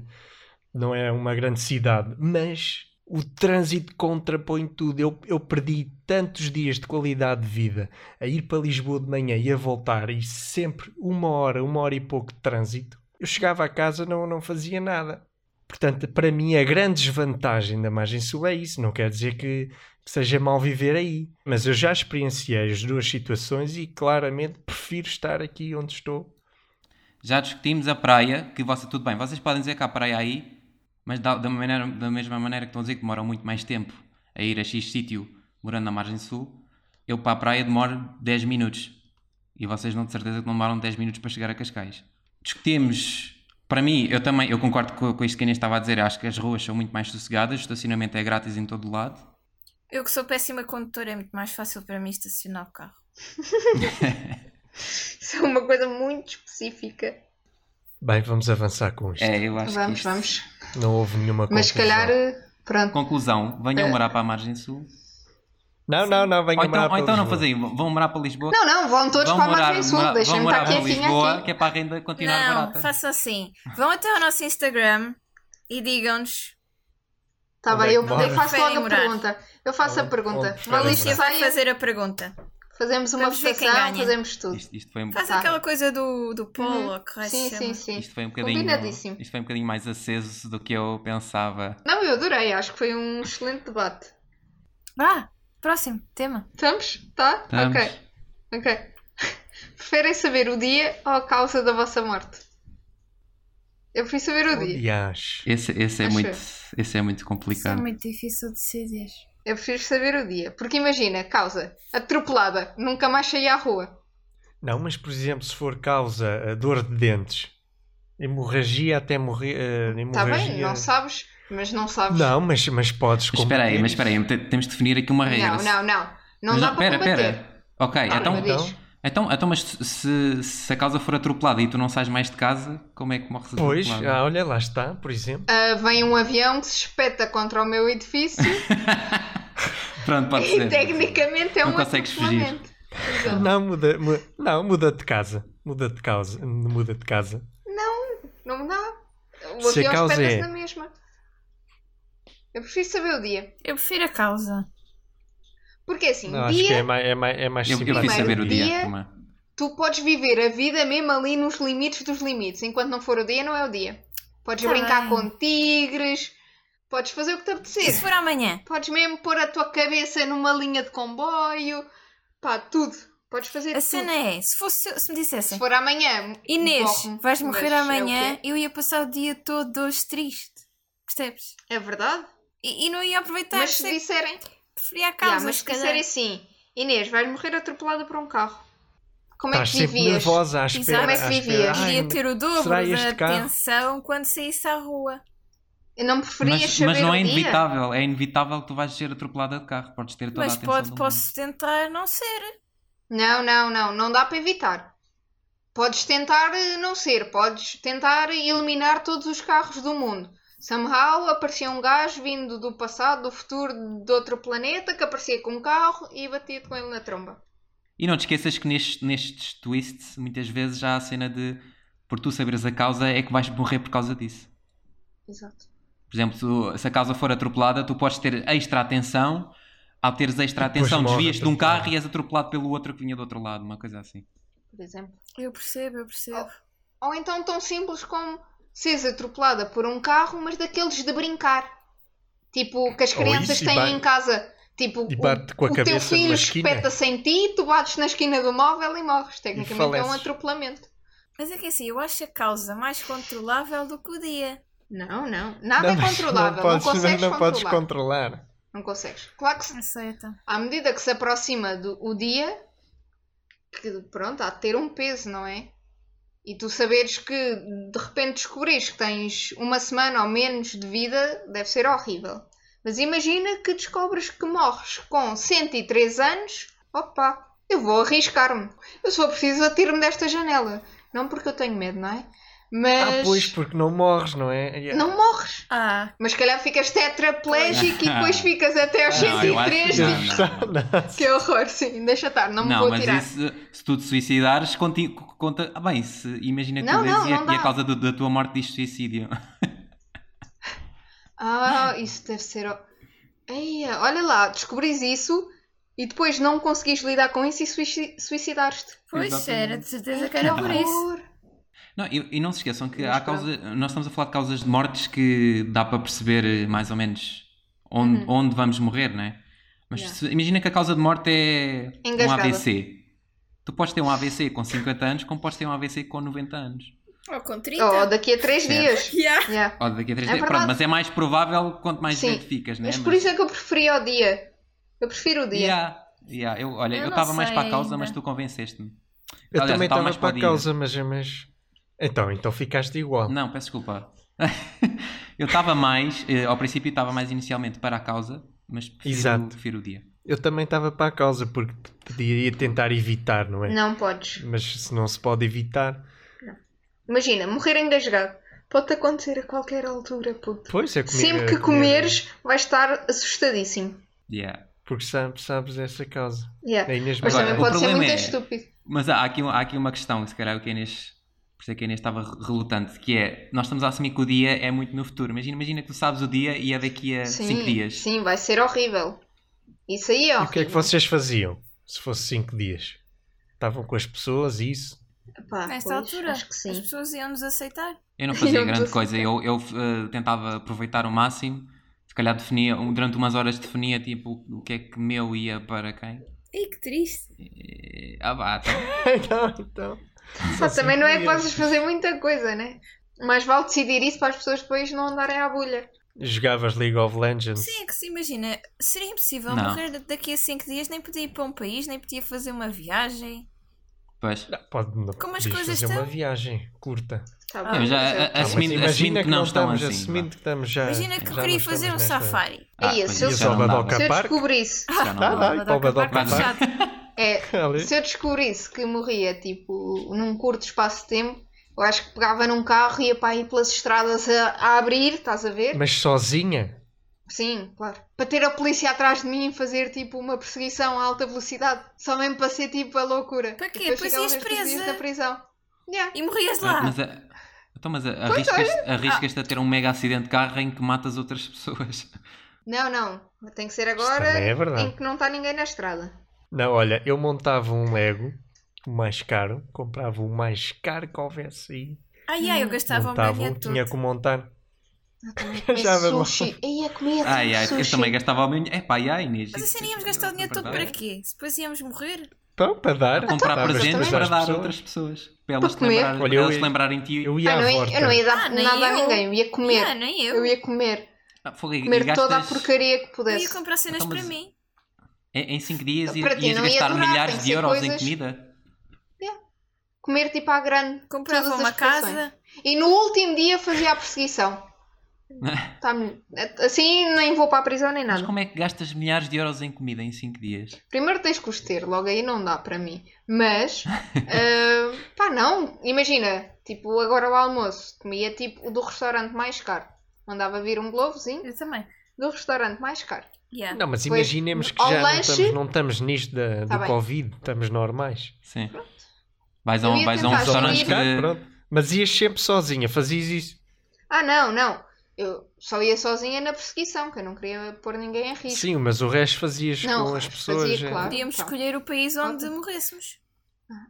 [SPEAKER 5] não é uma grande cidade, mas o trânsito contrapõe tudo. Eu, eu perdi tantos dias de qualidade de vida a ir para Lisboa de manhã e a voltar e sempre uma hora, uma hora e pouco de trânsito. Eu chegava a casa não não fazia nada. Portanto, para mim, a grande desvantagem da margem sul é isso. Não quer dizer que que seja mal viver aí. Mas eu já experienciei as duas situações e claramente prefiro estar aqui onde estou.
[SPEAKER 3] Já discutimos a praia, que você, tudo bem, vocês podem dizer que há praia aí, mas da, da maneira- da mesma maneira que estão a dizer que demoram muito mais tempo a ir a X sítio morando na margem sul, eu para a praia demoro 10 minutos. E vocês não de certeza que não demoram 10 minutos para chegar a Cascais. Discutimos, para mim, eu também, eu concordo com, com isto que a Inês estava a dizer, acho que as ruas são muito mais sossegadas, o estacionamento é grátis em todo o lado.
[SPEAKER 2] Eu que sou péssima condutora, é muito mais fácil para mim estacionar o carro.
[SPEAKER 4] Isso é uma coisa muito específica.
[SPEAKER 5] Bem, vamos avançar com isto.
[SPEAKER 3] É, eu acho que
[SPEAKER 4] vamos,
[SPEAKER 3] isto-
[SPEAKER 4] vamos.
[SPEAKER 5] Não houve nenhuma
[SPEAKER 4] Mas se
[SPEAKER 5] conclusão.
[SPEAKER 4] calhar, pronto.
[SPEAKER 3] Conclusão,
[SPEAKER 4] É.
[SPEAKER 3] venham morar para a margem sul.
[SPEAKER 5] Não, não, não, venha
[SPEAKER 3] Ou então,
[SPEAKER 5] morar
[SPEAKER 3] ou
[SPEAKER 5] para
[SPEAKER 3] então não
[SPEAKER 5] Lisboa.
[SPEAKER 3] fazem, vão morar para Lisboa.
[SPEAKER 4] Não, não, vão todos
[SPEAKER 3] vão
[SPEAKER 4] para a
[SPEAKER 3] morar,
[SPEAKER 4] margem sul.
[SPEAKER 3] mora- vão
[SPEAKER 4] Deixem-me
[SPEAKER 3] morar
[SPEAKER 4] estar
[SPEAKER 3] para Lisboa,
[SPEAKER 4] quietinha aqui.
[SPEAKER 3] que é para a renda continuar
[SPEAKER 2] Não,
[SPEAKER 5] tá?
[SPEAKER 3] barata.
[SPEAKER 2] façam assim. Vão até ao nosso Instagram e digam-nos.
[SPEAKER 4] Tá
[SPEAKER 5] Onde é
[SPEAKER 4] bem,
[SPEAKER 5] que
[SPEAKER 4] eu,
[SPEAKER 5] moram?
[SPEAKER 4] eu faço logo
[SPEAKER 2] Preferem
[SPEAKER 4] a
[SPEAKER 2] morar?
[SPEAKER 4] pergunta. Eu faço a
[SPEAKER 5] Onde-
[SPEAKER 4] pergunta.
[SPEAKER 5] onde preferem
[SPEAKER 4] Vale
[SPEAKER 5] morar?
[SPEAKER 4] que
[SPEAKER 2] Alicia vai
[SPEAKER 4] saia,
[SPEAKER 2] fazer a pergunta.
[SPEAKER 4] fazemos uma
[SPEAKER 2] Vamos ver quem
[SPEAKER 4] votação,
[SPEAKER 2] ganha.
[SPEAKER 4] fazemos tudo.
[SPEAKER 3] Isto, isto foi um,
[SPEAKER 2] Faz assim.
[SPEAKER 4] Tá. Uhum.
[SPEAKER 2] aquela coisa do, do polo, ou que raio se
[SPEAKER 4] Sim,
[SPEAKER 2] chama.
[SPEAKER 4] sim, sim.
[SPEAKER 3] isto foi um bocadinho
[SPEAKER 4] Combinadíssimo.
[SPEAKER 3] isto foi um bocadinho mais aceso do que eu pensava.
[SPEAKER 4] Não, eu adorei, acho que foi um excelente debate.
[SPEAKER 2] Vá, Ah, próximo tema.
[SPEAKER 4] Estamos? Tá?
[SPEAKER 3] Estamos.
[SPEAKER 4] Ok. Ok. Preferem saber o dia ou a causa da vossa morte? Eu prefiro saber o dia.
[SPEAKER 5] Aliás,
[SPEAKER 3] Esse, esse é
[SPEAKER 4] Acho
[SPEAKER 3] muito,
[SPEAKER 4] eu.
[SPEAKER 3] esse é muito complicado.
[SPEAKER 2] muito difícil de decidir.
[SPEAKER 4] Eu prefiro saber o dia. Porque imagina, causa, atropelada, nunca mais saí à rua.
[SPEAKER 5] Não, mas por exemplo, se for causa a dor de dentes, hemorragia até morrer. eh,
[SPEAKER 4] Está
[SPEAKER 5] hemorragia...
[SPEAKER 4] Tá bem, não sabes, mas não sabes.
[SPEAKER 5] Não, mas, mas podes
[SPEAKER 3] Mas espera aí,
[SPEAKER 5] combater
[SPEAKER 3] mas espera aí, te- temos de definir aqui uma regra.
[SPEAKER 4] não, não, não. Não
[SPEAKER 3] Mas
[SPEAKER 4] dá para
[SPEAKER 3] espera,
[SPEAKER 4] combater.
[SPEAKER 3] espera. Ok,
[SPEAKER 5] Ah,
[SPEAKER 3] então,
[SPEAKER 4] Então,
[SPEAKER 5] então,
[SPEAKER 3] então, então, mas se, se a causa for atropelada e tu não sais mais de casa, como é que morres
[SPEAKER 5] pois,
[SPEAKER 3] atropelada?
[SPEAKER 5] ah, olha, lá está, por exemplo.
[SPEAKER 4] Ah, vem um avião que se espeta contra o meu edifício
[SPEAKER 3] Pronto, pode
[SPEAKER 4] e
[SPEAKER 3] ser.
[SPEAKER 4] tecnicamente é
[SPEAKER 3] Não
[SPEAKER 4] um
[SPEAKER 3] consegues fugir.
[SPEAKER 4] atropelamento. Exato.
[SPEAKER 5] Não, muda, mu- não, muda de casa. Muda de casa. Muda de casa.
[SPEAKER 4] Não me dá. O
[SPEAKER 5] Se a
[SPEAKER 4] avião
[SPEAKER 5] causa
[SPEAKER 4] espeta-se
[SPEAKER 5] é-
[SPEAKER 4] na mesma. Eu prefiro saber o dia.
[SPEAKER 2] Eu prefiro a causa.
[SPEAKER 4] Porque assim,
[SPEAKER 5] Não, acho que é
[SPEAKER 4] dia,
[SPEAKER 5] mais, é mais, é mais
[SPEAKER 3] Eu, eu
[SPEAKER 5] simpático.
[SPEAKER 3] quis
[SPEAKER 4] Primeiro
[SPEAKER 3] saber o dia,
[SPEAKER 4] dia-
[SPEAKER 3] turma.
[SPEAKER 4] tu podes viver a vida mesmo ali nos limites dos limites. Enquanto não for o dia, não é o dia. Podes
[SPEAKER 2] Tá
[SPEAKER 4] brincar
[SPEAKER 2] bem.
[SPEAKER 4] com tigres, podes fazer o que te
[SPEAKER 2] E se
[SPEAKER 4] apetecer.
[SPEAKER 2] for amanhã?
[SPEAKER 4] Podes mesmo pôr a tua cabeça numa linha de comboio. Pá, tudo. Podes fazer
[SPEAKER 2] A
[SPEAKER 4] tudo.
[SPEAKER 2] cena é, se, fosse, se me
[SPEAKER 4] Se
[SPEAKER 2] dissessem,
[SPEAKER 4] for amanhã,
[SPEAKER 2] Inês,
[SPEAKER 4] morre-me.
[SPEAKER 2] vais
[SPEAKER 4] Mas
[SPEAKER 2] morrer
[SPEAKER 4] é o
[SPEAKER 2] amanhã,
[SPEAKER 4] quê?
[SPEAKER 2] eu ia passar o dia todo hoje triste. Percebes?
[SPEAKER 4] É verdade.
[SPEAKER 2] E, e não ia aproveitar,
[SPEAKER 4] Mas
[SPEAKER 2] mas
[SPEAKER 4] se disserem,
[SPEAKER 2] preferia a
[SPEAKER 4] Yeah,
[SPEAKER 2] causa,
[SPEAKER 4] mas
[SPEAKER 2] se
[SPEAKER 4] se
[SPEAKER 2] calhar.
[SPEAKER 4] disserem assim, Inês, vais morrer atropelada por um carro. Como
[SPEAKER 5] Estás
[SPEAKER 4] é que
[SPEAKER 5] Tá sempre
[SPEAKER 4] vivias?
[SPEAKER 5] nervosa à
[SPEAKER 2] Exato.
[SPEAKER 5] espera.
[SPEAKER 4] Como é que
[SPEAKER 5] à
[SPEAKER 4] vivias?
[SPEAKER 5] espera. Ai,
[SPEAKER 2] Iria ter o dobro
[SPEAKER 5] será
[SPEAKER 2] da
[SPEAKER 5] este carro?
[SPEAKER 2] atenção quando saísse à rua.
[SPEAKER 4] Eu não preferias
[SPEAKER 3] mas,
[SPEAKER 4] saber
[SPEAKER 3] mas não
[SPEAKER 4] o
[SPEAKER 3] é
[SPEAKER 4] dia?
[SPEAKER 3] inevitável, é inevitável que tu vais ser atropelada de carro, podes ter toda a
[SPEAKER 2] Mas
[SPEAKER 3] atenção
[SPEAKER 2] pode,
[SPEAKER 3] do
[SPEAKER 2] posso tentar não ser.
[SPEAKER 4] Não, não, não. Não dá para evitar. Podes tentar eh, não ser, podes tentar eliminar todos os carros do mundo. Somehow aparecia um gajo vindo do passado, do futuro, de outro planeta, que aparecia com um carro e batia com ele na tromba.
[SPEAKER 3] E não te esqueças que nestes, nestes twists, muitas vezes já há a cena de por tu saberes a causa é que vais morrer por causa disso.
[SPEAKER 4] Exato.
[SPEAKER 3] Por exemplo, tu- se a causa for atropelada, tu podes ter extra atenção. Ao teres extra
[SPEAKER 5] E depois
[SPEAKER 3] atenção,
[SPEAKER 5] morre
[SPEAKER 3] desvias-te de um
[SPEAKER 5] atropelado.
[SPEAKER 3] carro e és atropelado pelo outro que vinha do outro lado, uma coisa assim.
[SPEAKER 4] Por exemplo.
[SPEAKER 2] Eu percebo, eu percebo.
[SPEAKER 4] Ou então tão simples como seres atropelada por um carro, mas daqueles de brincar. Tipo, que as
[SPEAKER 5] Ou
[SPEAKER 4] crianças
[SPEAKER 5] isso, e
[SPEAKER 4] têm
[SPEAKER 5] ba-
[SPEAKER 4] em casa. Tipo,
[SPEAKER 5] e
[SPEAKER 4] o-
[SPEAKER 5] bate com a
[SPEAKER 4] o teu
[SPEAKER 5] cabeça
[SPEAKER 4] filho
[SPEAKER 5] numa esquina.
[SPEAKER 4] espeta-se em ti, tu bates na esquina do móvel e morres. Tecnicamente é um
[SPEAKER 5] faleces.
[SPEAKER 4] atropelamento.
[SPEAKER 2] Mas é que assim, eu acho a causa mais controlável do que o dia.
[SPEAKER 4] Não, não. Nada é controlável. Não,
[SPEAKER 5] podes,
[SPEAKER 4] consegues
[SPEAKER 5] não
[SPEAKER 4] controlar.
[SPEAKER 5] podes controlar.
[SPEAKER 4] Não consegues. Claro que se-
[SPEAKER 2] Aceita.
[SPEAKER 4] à medida que se aproxima do o dia, que pronto, há de ter um peso, não é? E tu saberes que de repente descobris que tens uma semana ou menos de vida, deve ser horrível. Mas imagina que descobres que morres com 103 anos, opa, eu vou arriscar-me. Eu só preciso atirar-me desta janela. Não porque eu tenho medo, não é? Mas
[SPEAKER 5] Ah, pois, porque não morres, não é? Yeah.
[SPEAKER 4] não morres.
[SPEAKER 2] Ah,
[SPEAKER 4] Mas se calhar ficas tetraplégico e depois ficas até aos
[SPEAKER 5] Ah, não,
[SPEAKER 3] eu acho que
[SPEAKER 4] 103
[SPEAKER 3] não.
[SPEAKER 4] tipo, Que horror, sim, deixa estar, não me
[SPEAKER 3] não,
[SPEAKER 4] vou
[SPEAKER 3] mas
[SPEAKER 4] tirar.
[SPEAKER 3] isso, se tu te suicidares, conti- conta. Ah, bem, se, imagina que
[SPEAKER 4] Não,
[SPEAKER 3] tu dizes
[SPEAKER 4] não,
[SPEAKER 3] e, a-
[SPEAKER 4] não dá.
[SPEAKER 3] e a causa do- da tua morte diz suicídio.
[SPEAKER 4] Ah, isso deve ser. o- Eia, olha lá, descobris isso e depois não conseguis lidar com isso e suici- suicidaste-te.
[SPEAKER 2] pois
[SPEAKER 3] Exatamente.
[SPEAKER 2] era, de certeza que era por isso.
[SPEAKER 4] Horror.
[SPEAKER 3] Não, e, e não se esqueçam que
[SPEAKER 4] Mas
[SPEAKER 3] há causa, nós estamos a falar de causas de mortes que dá para perceber eh, mais ou menos onde,
[SPEAKER 4] Uhum.
[SPEAKER 3] onde vamos morrer, não é? Mas
[SPEAKER 4] Yeah.
[SPEAKER 3] se- imagina que a causa de morte é um
[SPEAKER 4] Engasgada.
[SPEAKER 3] AVC. Tu podes ter um AVC com 50 anos, como podes ter um AVC com 90 anos.
[SPEAKER 2] Ou com 30.
[SPEAKER 4] Oh, daqui a 3
[SPEAKER 3] Certo.
[SPEAKER 4] dias.
[SPEAKER 2] Yeah.
[SPEAKER 4] Yeah.
[SPEAKER 3] Ou daqui a 3
[SPEAKER 4] É
[SPEAKER 3] dias. Pronto,
[SPEAKER 4] verdade.
[SPEAKER 3] mas é mais provável quanto mais
[SPEAKER 4] Sim.
[SPEAKER 3] velho ficas, não é?
[SPEAKER 4] Mas por isso é que eu preferia o dia. Eu prefiro o dia.
[SPEAKER 3] Yeah, yeah, eu, olha,
[SPEAKER 2] Eu
[SPEAKER 3] eu
[SPEAKER 2] não
[SPEAKER 3] estava mais
[SPEAKER 2] sei
[SPEAKER 3] para a causa,
[SPEAKER 2] ainda.
[SPEAKER 3] mas tu convenceste-me.
[SPEAKER 5] Eu
[SPEAKER 3] Aliás, então,
[SPEAKER 5] também
[SPEAKER 3] eu tava
[SPEAKER 5] estava
[SPEAKER 3] mais
[SPEAKER 5] para a
[SPEAKER 3] para o
[SPEAKER 5] causa, mas, mas. Então, então ficaste igual.
[SPEAKER 3] Não, peço desculpa. eu estava mais, eh, ao princípio estava mais inicialmente para a causa, mas prefiro,
[SPEAKER 5] Exato.
[SPEAKER 3] prefiro o dia.
[SPEAKER 5] Eu também estava para a causa, porque poderia tentar evitar, não é?
[SPEAKER 4] Não podes.
[SPEAKER 5] Mas se não se pode evitar.
[SPEAKER 4] Imagina, morrer engasgado. Pode-te acontecer a qualquer altura, puto.
[SPEAKER 5] Pois é comer.
[SPEAKER 4] Sempre que
[SPEAKER 5] comer-
[SPEAKER 4] comeres, vais estar assustadíssimo.
[SPEAKER 3] Yeah.
[SPEAKER 5] Porque sabes, sabes essa causa.
[SPEAKER 4] Yeah.
[SPEAKER 5] É Inês
[SPEAKER 4] Mas
[SPEAKER 3] Tipo, Agora,
[SPEAKER 4] também
[SPEAKER 3] o
[SPEAKER 4] pode ser
[SPEAKER 3] problema
[SPEAKER 4] muito
[SPEAKER 3] é-
[SPEAKER 4] estúpido.
[SPEAKER 3] Mas há há aqui, um, há aqui uma questão, se calhar o que Inês, por isso é que a Inês estava re- relutante, que é, nós estamos a assumir que o dia é muito no futuro. Imagina, imagina que tu sabes o dia e é daqui a 5 dias.
[SPEAKER 4] Sim, vai ser horrível. Isso aí é
[SPEAKER 5] E o que é que
[SPEAKER 4] horrível.
[SPEAKER 5] vocês faziam se fosse 5 dias? Estavam com as pessoas e isso?
[SPEAKER 4] Pá,
[SPEAKER 2] Nesta
[SPEAKER 4] pois,
[SPEAKER 2] altura,
[SPEAKER 4] acho que
[SPEAKER 2] as
[SPEAKER 4] sim.
[SPEAKER 2] pessoas iam nos aceitar.
[SPEAKER 3] Eu não fazia
[SPEAKER 4] Eu
[SPEAKER 3] grande
[SPEAKER 4] não sei.
[SPEAKER 3] coisa, eu, eu, eh, tentava aproveitar o máximo, se calhar definia, um- durante umas horas definia tipo o que é que meu ia para quem.
[SPEAKER 2] Ih, que triste.
[SPEAKER 3] Eh, Ah, bah, então.
[SPEAKER 5] então, então.
[SPEAKER 2] Ah,
[SPEAKER 4] Pá, também não é que
[SPEAKER 5] cinco dias.
[SPEAKER 4] possas fazer muita coisa, né? Mas vale decidir isso para as pessoas depois não andarem à bolha.
[SPEAKER 5] Jogavas League of Legends?
[SPEAKER 2] Sim, é que se imagina, seria impossível
[SPEAKER 3] Não.
[SPEAKER 2] morrer daqui a 5 dias, nem podia ir para um país, nem podia fazer uma viagem.
[SPEAKER 3] Pois.
[SPEAKER 5] Não, Ah, pode não.
[SPEAKER 2] Como as
[SPEAKER 5] podias
[SPEAKER 2] coisas
[SPEAKER 5] fazer uma
[SPEAKER 2] estão?
[SPEAKER 5] viagem curta.
[SPEAKER 4] Tá
[SPEAKER 2] Ah,
[SPEAKER 4] bom,
[SPEAKER 3] mas já,
[SPEAKER 4] mas eu-
[SPEAKER 3] a- a- Assumindo-
[SPEAKER 5] Ah, mas
[SPEAKER 3] assumindo
[SPEAKER 5] imagina
[SPEAKER 3] que não estão
[SPEAKER 5] estamos,
[SPEAKER 3] assim,
[SPEAKER 5] assumindo que estamos já.
[SPEAKER 2] Imagina que
[SPEAKER 5] já
[SPEAKER 2] eu
[SPEAKER 5] não
[SPEAKER 2] queria
[SPEAKER 5] estamos
[SPEAKER 2] fazer um
[SPEAKER 5] nesta-
[SPEAKER 2] safari.
[SPEAKER 4] Aí,
[SPEAKER 3] pois,
[SPEAKER 4] se eu-
[SPEAKER 3] isso já não
[SPEAKER 5] Salvador
[SPEAKER 3] dava.
[SPEAKER 5] Cap-
[SPEAKER 4] se eu
[SPEAKER 5] Parque?
[SPEAKER 4] descobrisse,
[SPEAKER 2] é
[SPEAKER 3] Isso já não
[SPEAKER 5] Dá,
[SPEAKER 3] dava.
[SPEAKER 5] dá, e para o
[SPEAKER 2] Badoca
[SPEAKER 5] Badoca
[SPEAKER 2] Parque
[SPEAKER 5] Parque.
[SPEAKER 2] fechado.
[SPEAKER 4] é,
[SPEAKER 5] Ali.
[SPEAKER 4] se eu descobrisse que morria tipo num curto espaço de tempo, eu acho que pegava num carro e ia para aí pelas estradas a, a abrir, estás a ver?
[SPEAKER 5] Mas sozinha?
[SPEAKER 4] Sim, claro. Para ter a polícia atrás de mim e fazer tipo uma perseguição a alta velocidade, só mesmo para ser tipo a loucura.
[SPEAKER 2] Para quê?
[SPEAKER 4] E depois
[SPEAKER 2] Pois
[SPEAKER 4] chegava
[SPEAKER 2] ias
[SPEAKER 4] nos três dias
[SPEAKER 2] presa.
[SPEAKER 4] da prisão. Yeah.
[SPEAKER 2] E morrias
[SPEAKER 3] Ah,
[SPEAKER 2] lá.
[SPEAKER 3] Mas a- então, mas a-
[SPEAKER 4] é.
[SPEAKER 3] arriscas- arriscas-te a ter um mega acidente de carro em que matas outras pessoas.
[SPEAKER 4] Não, não. Tem que ser
[SPEAKER 5] Isto
[SPEAKER 4] agora
[SPEAKER 5] também é verdade.
[SPEAKER 4] em que não está ninguém na estrada.
[SPEAKER 5] Não, olha, eu montava um Lego, o mais caro, comprava o mais caro que houvesse aí.
[SPEAKER 2] Ai, ai, eu gastava um o meu
[SPEAKER 5] montava,
[SPEAKER 2] dinheiro
[SPEAKER 5] o que tinha
[SPEAKER 2] todo.
[SPEAKER 5] que montar. Já
[SPEAKER 4] Já
[SPEAKER 5] vamos.
[SPEAKER 4] É sushi. Ia comer
[SPEAKER 3] Ai, ai, eu
[SPEAKER 4] sushi.
[SPEAKER 3] também gastava o meu dinheiro. Epá, ai, ai, Inês.
[SPEAKER 2] Mas
[SPEAKER 3] isso-
[SPEAKER 2] assim íamos
[SPEAKER 3] isso-
[SPEAKER 2] gastar o dinheiro todo para
[SPEAKER 3] verdade.
[SPEAKER 2] quê? Se depois íamos morrer?
[SPEAKER 5] Então, para dar.
[SPEAKER 3] Para
[SPEAKER 4] Tá,
[SPEAKER 3] comprar
[SPEAKER 5] Davas
[SPEAKER 3] presentes
[SPEAKER 5] depois
[SPEAKER 3] para
[SPEAKER 5] às
[SPEAKER 3] dar a
[SPEAKER 5] pessoas.
[SPEAKER 3] outras pessoas. Para elas,
[SPEAKER 4] Para
[SPEAKER 3] te
[SPEAKER 4] comer.
[SPEAKER 3] lembrarem,
[SPEAKER 5] Olha,
[SPEAKER 3] para
[SPEAKER 5] eu
[SPEAKER 3] elas
[SPEAKER 5] ia-
[SPEAKER 3] lembrarem de ti.
[SPEAKER 5] Eu
[SPEAKER 4] Ah,
[SPEAKER 5] ia tá.
[SPEAKER 4] não
[SPEAKER 5] à
[SPEAKER 4] ia, eu não
[SPEAKER 5] volta.
[SPEAKER 4] ia dar
[SPEAKER 2] Ah, nem
[SPEAKER 4] nada a
[SPEAKER 2] eu.
[SPEAKER 4] ninguém, eu ia comer.
[SPEAKER 2] Ah, nem eu.
[SPEAKER 4] eu ia comer.
[SPEAKER 3] Ah, fogo, e- e
[SPEAKER 4] Comer toda a
[SPEAKER 3] gastas-
[SPEAKER 4] porcaria que
[SPEAKER 2] Eu ia
[SPEAKER 4] pudesse.
[SPEAKER 2] comprar cenas
[SPEAKER 3] Então, mas-
[SPEAKER 2] para mim.
[SPEAKER 3] Em 5 dias
[SPEAKER 4] Para
[SPEAKER 3] ia-
[SPEAKER 4] ti
[SPEAKER 3] ias
[SPEAKER 4] não ia
[SPEAKER 3] gastar
[SPEAKER 4] durar, tem
[SPEAKER 3] milhares
[SPEAKER 4] que
[SPEAKER 3] de
[SPEAKER 4] ser
[SPEAKER 3] euros em
[SPEAKER 4] coisas-
[SPEAKER 3] comida.
[SPEAKER 4] Comer tipo à grande.
[SPEAKER 2] Comprava
[SPEAKER 4] todas
[SPEAKER 2] uma
[SPEAKER 4] as refeições.
[SPEAKER 2] casa.
[SPEAKER 4] E no último dia fazia a perseguição. Tá melhor. assim nem vou para a prisão nem
[SPEAKER 3] Mas
[SPEAKER 4] nada.
[SPEAKER 3] como é que gastas milhares de euros em comida em 5 dias?
[SPEAKER 4] Primeiro tens que os ter, logo aí não dá para mim. Mas, ah, pá, não. Imagina, tipo, agora o almoço. Comia tipo o do restaurante mais caro. Mandava vir um glovozinho
[SPEAKER 2] Eu também.
[SPEAKER 4] do restaurante mais caro.
[SPEAKER 2] Yeah.
[SPEAKER 5] Não, mas
[SPEAKER 4] Pois,
[SPEAKER 5] imaginemos que
[SPEAKER 4] ao
[SPEAKER 5] já não
[SPEAKER 4] lanche-
[SPEAKER 5] estamos, não estamos nisto da,
[SPEAKER 4] Tá
[SPEAKER 5] do
[SPEAKER 4] bem.
[SPEAKER 5] Covid, estamos normais.
[SPEAKER 3] Sim. Vais a
[SPEAKER 4] Eu
[SPEAKER 3] um,
[SPEAKER 4] ia
[SPEAKER 3] vais a um
[SPEAKER 4] tentar
[SPEAKER 3] restaurante
[SPEAKER 4] escolher-
[SPEAKER 5] Cá,
[SPEAKER 3] de...
[SPEAKER 5] pronto. Mas ias sempre sozinha, fazias isso.
[SPEAKER 4] Ah, não, não. Eu só ia sozinha na perseguição, que eu não queria pôr ninguém em risco.
[SPEAKER 5] Sim, mas o resto fazias
[SPEAKER 4] Não,
[SPEAKER 5] com
[SPEAKER 4] o
[SPEAKER 5] as
[SPEAKER 4] resto
[SPEAKER 5] pessoas.
[SPEAKER 4] fazia,
[SPEAKER 5] é.
[SPEAKER 4] claro.
[SPEAKER 2] Podíamos
[SPEAKER 4] Pronto.
[SPEAKER 2] escolher o país onde morrêssemos.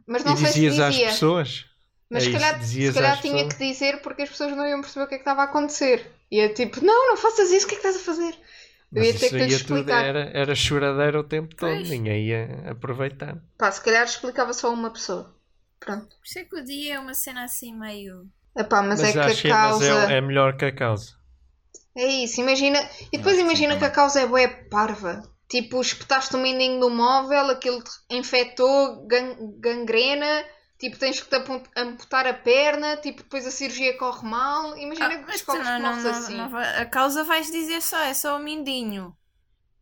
[SPEAKER 4] Mas
[SPEAKER 5] E
[SPEAKER 4] não sei se
[SPEAKER 5] dizias
[SPEAKER 4] dizia.
[SPEAKER 5] às pessoas.
[SPEAKER 4] Mas
[SPEAKER 5] É
[SPEAKER 4] se
[SPEAKER 5] isso,
[SPEAKER 4] calhar, se
[SPEAKER 5] dizias às
[SPEAKER 4] calhar tinha
[SPEAKER 5] pessoas.
[SPEAKER 4] que dizer porque as pessoas não iam perceber o que é que estava a acontecer. E eu tipo, não, não faças isso, o que é que estás a fazer? Eu
[SPEAKER 5] Mas
[SPEAKER 4] ia ter
[SPEAKER 5] isso
[SPEAKER 4] que
[SPEAKER 5] aí é
[SPEAKER 4] lhes
[SPEAKER 5] tudo
[SPEAKER 4] explicar.
[SPEAKER 5] era, era choradeira o tempo todo,
[SPEAKER 2] Pois.
[SPEAKER 5] ninguém ia aproveitar.
[SPEAKER 4] Pá, se calhar explicava só uma pessoa. Pronto.
[SPEAKER 2] Por isso é que o dia é uma cena assim meio.
[SPEAKER 4] Epá, mas, é
[SPEAKER 5] acho
[SPEAKER 4] que
[SPEAKER 5] que
[SPEAKER 4] a
[SPEAKER 5] é- mas
[SPEAKER 4] causa.
[SPEAKER 5] é,
[SPEAKER 4] é,
[SPEAKER 5] é melhor que a causa.
[SPEAKER 4] isso, imagina. E depois
[SPEAKER 3] sim,
[SPEAKER 4] imagina que a
[SPEAKER 3] também.
[SPEAKER 4] causa é bué parva. Tipo, espetaste o menino no móvel, aquilo te infectou, gan- gangrena. Tipo, tens que te apu- amputar a perna. Tipo, depois a cirurgia corre mal. Imagina
[SPEAKER 2] Ah,
[SPEAKER 4] que
[SPEAKER 2] mas tu
[SPEAKER 4] descobres
[SPEAKER 2] não,
[SPEAKER 4] que
[SPEAKER 2] não,
[SPEAKER 4] morres
[SPEAKER 2] não,
[SPEAKER 4] assim.
[SPEAKER 2] não vai- a causa vais dizer só, é só o mindinho.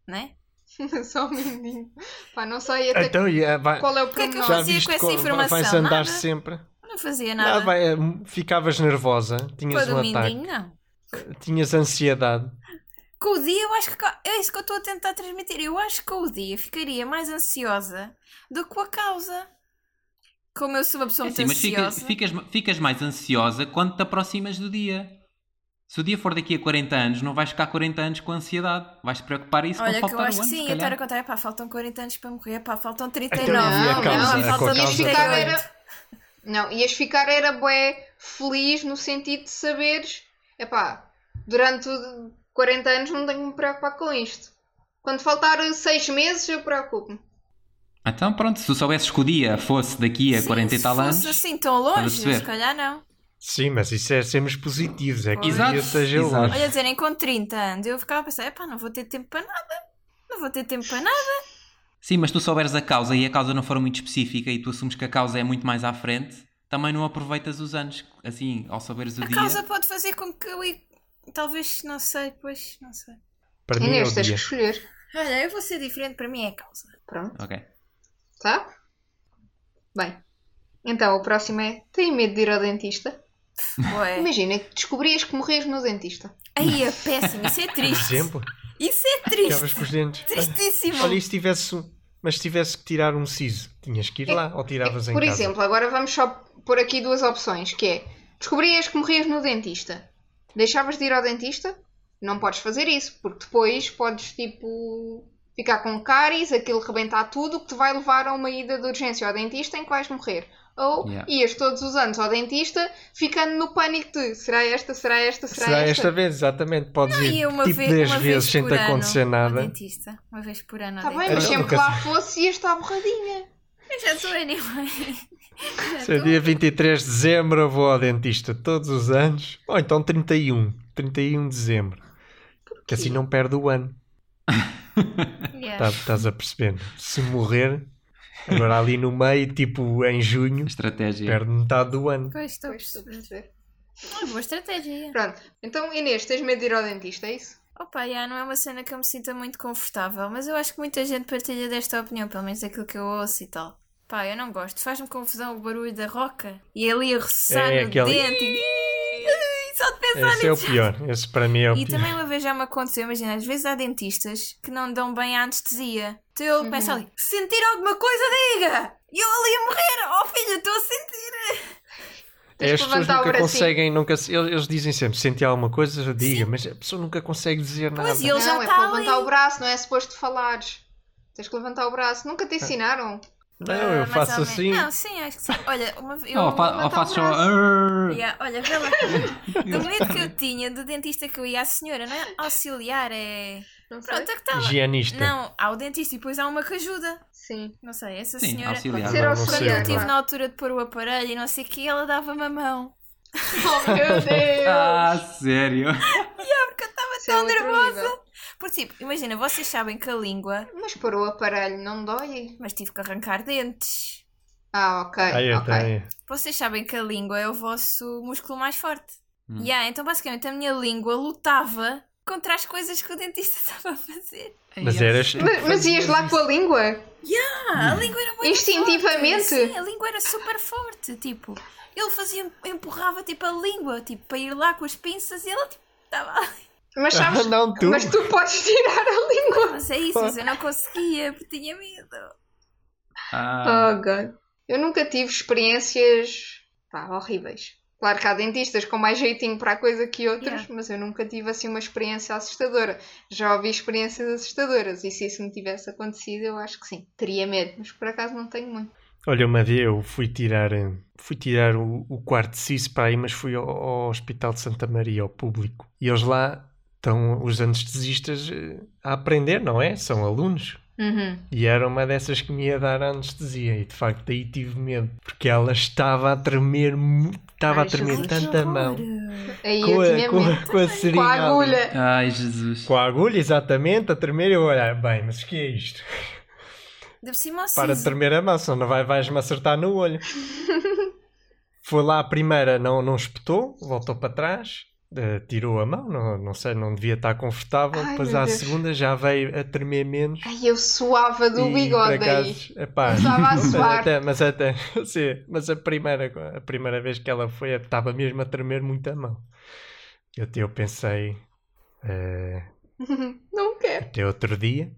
[SPEAKER 2] Né?
[SPEAKER 4] só o menino. Pá, não sei até
[SPEAKER 5] Então, ia- vai,
[SPEAKER 4] qual é o
[SPEAKER 2] que é que eu
[SPEAKER 4] pormenor.
[SPEAKER 2] vou dizer com essa
[SPEAKER 5] qual-
[SPEAKER 2] informação?
[SPEAKER 5] Vais andar
[SPEAKER 2] Nada.
[SPEAKER 5] sempre.
[SPEAKER 2] Não fazia
[SPEAKER 5] Ah,
[SPEAKER 2] nada.
[SPEAKER 5] vai, é, ficavas nervosa,
[SPEAKER 2] Com a
[SPEAKER 5] tinhas
[SPEAKER 2] do
[SPEAKER 5] um ataque,
[SPEAKER 2] mindinho, não.
[SPEAKER 5] tinhas ansiedade.
[SPEAKER 2] Com o dia, eu acho que. ca- É isso que eu estou a tentar transmitir. Eu acho que com o dia ficaria mais ansiosa do que com a causa. Como eu sou uma pessoa
[SPEAKER 3] É
[SPEAKER 2] muito
[SPEAKER 3] assim, mas fica-
[SPEAKER 2] ansiosa.
[SPEAKER 3] ficas, ficas mais ansiosa quando te aproximas do dia. Se o dia for daqui a 40 anos, não vais ficar 40 anos com ansiedade. Vais te preocupar isso
[SPEAKER 2] Olha,
[SPEAKER 3] com
[SPEAKER 2] que eu
[SPEAKER 3] faltar
[SPEAKER 2] acho
[SPEAKER 3] o
[SPEAKER 2] que
[SPEAKER 3] um ano,
[SPEAKER 2] sim,
[SPEAKER 3] se
[SPEAKER 2] eu estar a
[SPEAKER 3] calhar.
[SPEAKER 2] contar, epá, faltam 40 anos para morrer, epá, faltam
[SPEAKER 5] Então,
[SPEAKER 2] 39,
[SPEAKER 5] e a
[SPEAKER 4] não,
[SPEAKER 5] causa?
[SPEAKER 4] não,
[SPEAKER 5] É com a
[SPEAKER 2] faltam
[SPEAKER 4] Ias
[SPEAKER 5] causa?
[SPEAKER 4] ficar,
[SPEAKER 2] 38.
[SPEAKER 4] era... não, ias ficar era bué feliz no sentido de saberes, epá, durante o- 40 anos não tenho que me preocupar com isto. Quando faltar 6 meses eu preocupo-me.
[SPEAKER 3] Então pronto, se tu soubesses que o dia fosse daqui a
[SPEAKER 2] Sim,
[SPEAKER 3] 40 e tal
[SPEAKER 2] se
[SPEAKER 3] anos...
[SPEAKER 2] fosse assim tão
[SPEAKER 3] a
[SPEAKER 2] longe,
[SPEAKER 3] perceber.
[SPEAKER 2] se calhar não.
[SPEAKER 5] Sim, mas isso é sermos positivos, é que
[SPEAKER 2] Pois.
[SPEAKER 5] o dia seja
[SPEAKER 3] Exato.
[SPEAKER 5] longe.
[SPEAKER 2] Olha, dizerem com 30 anos, eu ficava a pensar, epá, não vou ter tempo para nada. Não vou ter tempo para nada.
[SPEAKER 3] Sim, mas tu souberes a causa e a causa não for muito específica e tu assumes que a causa é muito mais à frente, também não aproveitas os anos. Assim, ao saberes o
[SPEAKER 2] A
[SPEAKER 3] dia...
[SPEAKER 2] causa pode fazer com que eu... i- Talvez, não sei, pois, não sei.
[SPEAKER 5] Para mim é o
[SPEAKER 4] Inês, tens que
[SPEAKER 5] dia.
[SPEAKER 4] escolher.
[SPEAKER 2] Olha, eu vou ser diferente, para mim é a causa.
[SPEAKER 4] Pronto,
[SPEAKER 3] Ok.
[SPEAKER 4] tá? Bem, então o próximo é: tem medo de ir ao dentista?
[SPEAKER 2] Ué.
[SPEAKER 4] Imagina que descobrias que morrias no dentista.
[SPEAKER 2] Aí é péssimo, isso é
[SPEAKER 5] Por
[SPEAKER 2] triste.
[SPEAKER 5] exemplo,
[SPEAKER 2] Isso é
[SPEAKER 5] ficavas
[SPEAKER 2] triste.
[SPEAKER 5] com os dentes.
[SPEAKER 2] Tristíssimo.
[SPEAKER 5] Olha, e se tivesse, um- mas se tivesse que tirar um siso, tinhas que ir lá ou tiravas em
[SPEAKER 4] É, Por
[SPEAKER 5] casa?
[SPEAKER 4] exemplo, agora vamos só pôr aqui duas opções, que é descobrias que morrias no dentista. Deixavas de ir ao dentista? Não podes fazer isso, porque depois podes tipo ficar com cáries, aquilo rebentar tudo, que te vai levar a uma ida de urgência ao dentista em que vais morrer. Ou
[SPEAKER 3] Yeah.
[SPEAKER 4] ias todos os anos ao dentista ficando no pânico de será esta, será esta, será,
[SPEAKER 5] Será
[SPEAKER 4] esta.
[SPEAKER 5] esta vez, exatamente, podes
[SPEAKER 2] E
[SPEAKER 5] ir
[SPEAKER 2] eu uma,
[SPEAKER 5] tipo
[SPEAKER 2] ve-
[SPEAKER 5] 10
[SPEAKER 2] uma
[SPEAKER 5] vezes
[SPEAKER 2] vez
[SPEAKER 5] sem
[SPEAKER 2] por
[SPEAKER 5] te
[SPEAKER 2] ano
[SPEAKER 5] acontecer
[SPEAKER 2] ao
[SPEAKER 5] nada.
[SPEAKER 2] dentista. Uma vez por ano. ao
[SPEAKER 4] Está Tá bem,
[SPEAKER 2] dentista.
[SPEAKER 4] mas
[SPEAKER 5] Então,
[SPEAKER 4] sempre
[SPEAKER 5] nunca
[SPEAKER 4] que lá fosse ias estar borradinha.
[SPEAKER 2] Eu já estou anyway. Já
[SPEAKER 5] Se é
[SPEAKER 2] estou.
[SPEAKER 5] dia 23 de dezembro eu vou ao dentista todos os anos, ou então 31, 31 de dezembro. Que assim não perde o ano,
[SPEAKER 2] Yeah.
[SPEAKER 5] tá- estás a perceber? Se morrer, agora ali no meio, tipo em junho,
[SPEAKER 3] Estratégia.
[SPEAKER 5] perde metade do ano.
[SPEAKER 2] Pois estou a
[SPEAKER 4] Pois, estou a
[SPEAKER 2] perceber.
[SPEAKER 4] perceber.
[SPEAKER 2] Uma boa estratégia.
[SPEAKER 4] Pronto, então Inês, tens medo de ir ao dentista, é isso?
[SPEAKER 2] Opa, yeah, não é uma cena que eu me sinta muito confortável, mas eu acho que muita gente partilha desta opinião, pelo menos aquilo que eu ouço e tal. Pá, eu não gosto. Faz-me confusão o barulho da roca e ali a roçar
[SPEAKER 5] É,
[SPEAKER 2] no
[SPEAKER 5] aquele-
[SPEAKER 2] dente. e- Ai, Só de pensar
[SPEAKER 5] Esse é o pior, esse para mim é o
[SPEAKER 2] E
[SPEAKER 5] pior.
[SPEAKER 2] também uma vez já me aconteceu, imagina, às vezes há dentistas que não dão bem a anestesia. Então eu penso ali, "Se sentir alguma coisa, diga! E eu ali a morrer, oh filho, estou a sentir!
[SPEAKER 4] Tens
[SPEAKER 5] É, as
[SPEAKER 4] que
[SPEAKER 5] pessoas
[SPEAKER 4] levantar o
[SPEAKER 5] nunca
[SPEAKER 4] bracinho.
[SPEAKER 5] conseguem, nunca, se- eles, eles dizem sempre, senti alguma coisa, diga, mas a pessoa nunca consegue dizer nada.
[SPEAKER 2] Pois, e ele já
[SPEAKER 4] não, é
[SPEAKER 2] está
[SPEAKER 4] para
[SPEAKER 2] ali.
[SPEAKER 4] levantar o braço, não é suposto falares. Tens que levantar o braço. Nunca
[SPEAKER 5] É.
[SPEAKER 4] te ensinaram?
[SPEAKER 5] Não,
[SPEAKER 2] Ah,
[SPEAKER 5] eu
[SPEAKER 2] mais
[SPEAKER 5] faço
[SPEAKER 2] ou menos.
[SPEAKER 5] assim.
[SPEAKER 2] Não, sim, acho que sim. Olha, uma vez.
[SPEAKER 3] Ou, Oh, fa- ou
[SPEAKER 4] levantar
[SPEAKER 3] faço
[SPEAKER 4] o
[SPEAKER 3] só...
[SPEAKER 4] braço.
[SPEAKER 3] "Arr".
[SPEAKER 2] Yeah, olha, vê lá. Do medo que eu tinha do dentista que eu ia à senhora, não é? Auxiliar, é.
[SPEAKER 4] Não sei.
[SPEAKER 2] Pronto, é que estava.
[SPEAKER 5] Higienista.
[SPEAKER 2] Não, há o dentista e depois há uma que ajuda.
[SPEAKER 4] Sim.
[SPEAKER 2] Não sei, essa
[SPEAKER 3] Sim,
[SPEAKER 2] senhora.
[SPEAKER 3] auxiliar.
[SPEAKER 4] Ser
[SPEAKER 5] Ah, não
[SPEAKER 2] Quando
[SPEAKER 5] sei,
[SPEAKER 2] eu
[SPEAKER 4] auxiliar.
[SPEAKER 5] tive
[SPEAKER 2] estive na altura de pôr o aparelho e não sei o que, ela dava-me a mão.
[SPEAKER 4] Oh meu Deus!
[SPEAKER 3] Ah, sério?
[SPEAKER 2] Porque eu estava
[SPEAKER 4] Isso é
[SPEAKER 2] tão
[SPEAKER 4] outro
[SPEAKER 2] nervosa.
[SPEAKER 4] nível.
[SPEAKER 2] Por tipo, imagina, vocês sabem que a língua,
[SPEAKER 4] Mas pôr o aparelho não dói?
[SPEAKER 2] mas tive que arrancar dentes.
[SPEAKER 4] Ah, ok.
[SPEAKER 5] Aí eu
[SPEAKER 4] ok.
[SPEAKER 5] tenho.
[SPEAKER 2] Vocês sabem que a língua é o vosso músculo mais forte. Yeah, então basicamente a minha língua lutava contra as coisas que o dentista estava a fazer.
[SPEAKER 5] Mas eras tu.
[SPEAKER 4] Mas, mas ias lá com a língua?
[SPEAKER 2] Ah, a língua era muito
[SPEAKER 4] Instintivamente?
[SPEAKER 2] Forte. Sim, a língua era super forte. Tipo, ele fazia, empurrava tipo a língua, tipo, para ir lá com as pinças e ela tipo, estava ali.
[SPEAKER 4] Mas sabes,
[SPEAKER 5] Ah, não, tu.
[SPEAKER 4] mas tu podes tirar a língua.
[SPEAKER 2] Mas é isso, mas eu não conseguia, porque tinha medo.
[SPEAKER 3] Ah,
[SPEAKER 4] Oh, God. Eu nunca tive experiências pá, horríveis. Claro que há dentistas com mais jeitinho para a coisa que outros,
[SPEAKER 2] Yeah.
[SPEAKER 4] mas eu nunca tive assim uma experiência assustadora. Já ouvi experiências assustadoras e se isso me tivesse acontecido, eu acho que sim. Teria medo, mas por acaso não tenho muito.
[SPEAKER 5] Olha, uma vez eu fui tirar, eh, fui tirar o, o quarto CIS para aí, mas fui ao, ao Hospital de Santa Maria, ao público. E eles lá estão, os anestesistas, eh, a aprender, não é? São alunos.
[SPEAKER 4] Uhum.
[SPEAKER 5] E era uma dessas que me ia dar anestesia. E de facto, daí tive medo. Porque ela estava a tremer, mu- estava
[SPEAKER 4] Ai,
[SPEAKER 5] a tremer
[SPEAKER 4] Jesus.
[SPEAKER 5] tanta mão.
[SPEAKER 4] Aí
[SPEAKER 5] Com
[SPEAKER 4] eu
[SPEAKER 5] a,
[SPEAKER 4] tinha
[SPEAKER 5] com,
[SPEAKER 4] medo.
[SPEAKER 5] a, com a
[SPEAKER 4] Com
[SPEAKER 5] seringa
[SPEAKER 4] a
[SPEAKER 5] ali.
[SPEAKER 4] agulha.
[SPEAKER 3] ai Jesus.
[SPEAKER 5] Com a agulha, exatamente, a tremer e eu olhar, bem, mas o que é isto?
[SPEAKER 2] Deve ser uma
[SPEAKER 5] Para de tremer a mão, senão não vai, vais-me acertar no olho. Foi lá a primeira, não, não espetou, voltou para trás, eh, tirou a mão, não, não sei, não devia estar confortável.
[SPEAKER 4] Ai,
[SPEAKER 5] Depois
[SPEAKER 4] meu
[SPEAKER 5] à
[SPEAKER 4] Deus.
[SPEAKER 5] segunda já veio a tremer menos.
[SPEAKER 4] Ai, eu suava do
[SPEAKER 5] e,
[SPEAKER 4] bigode é
[SPEAKER 5] por
[SPEAKER 4] aí.
[SPEAKER 5] acaso, epá,
[SPEAKER 4] Estava a
[SPEAKER 5] mas
[SPEAKER 4] suar.
[SPEAKER 5] até, mas até, sim, mas a primeira, a primeira vez que ela foi, estava mesmo a tremer muito a mão. Eu, eu pensei, eh,
[SPEAKER 4] Não quero.
[SPEAKER 5] até outro dia.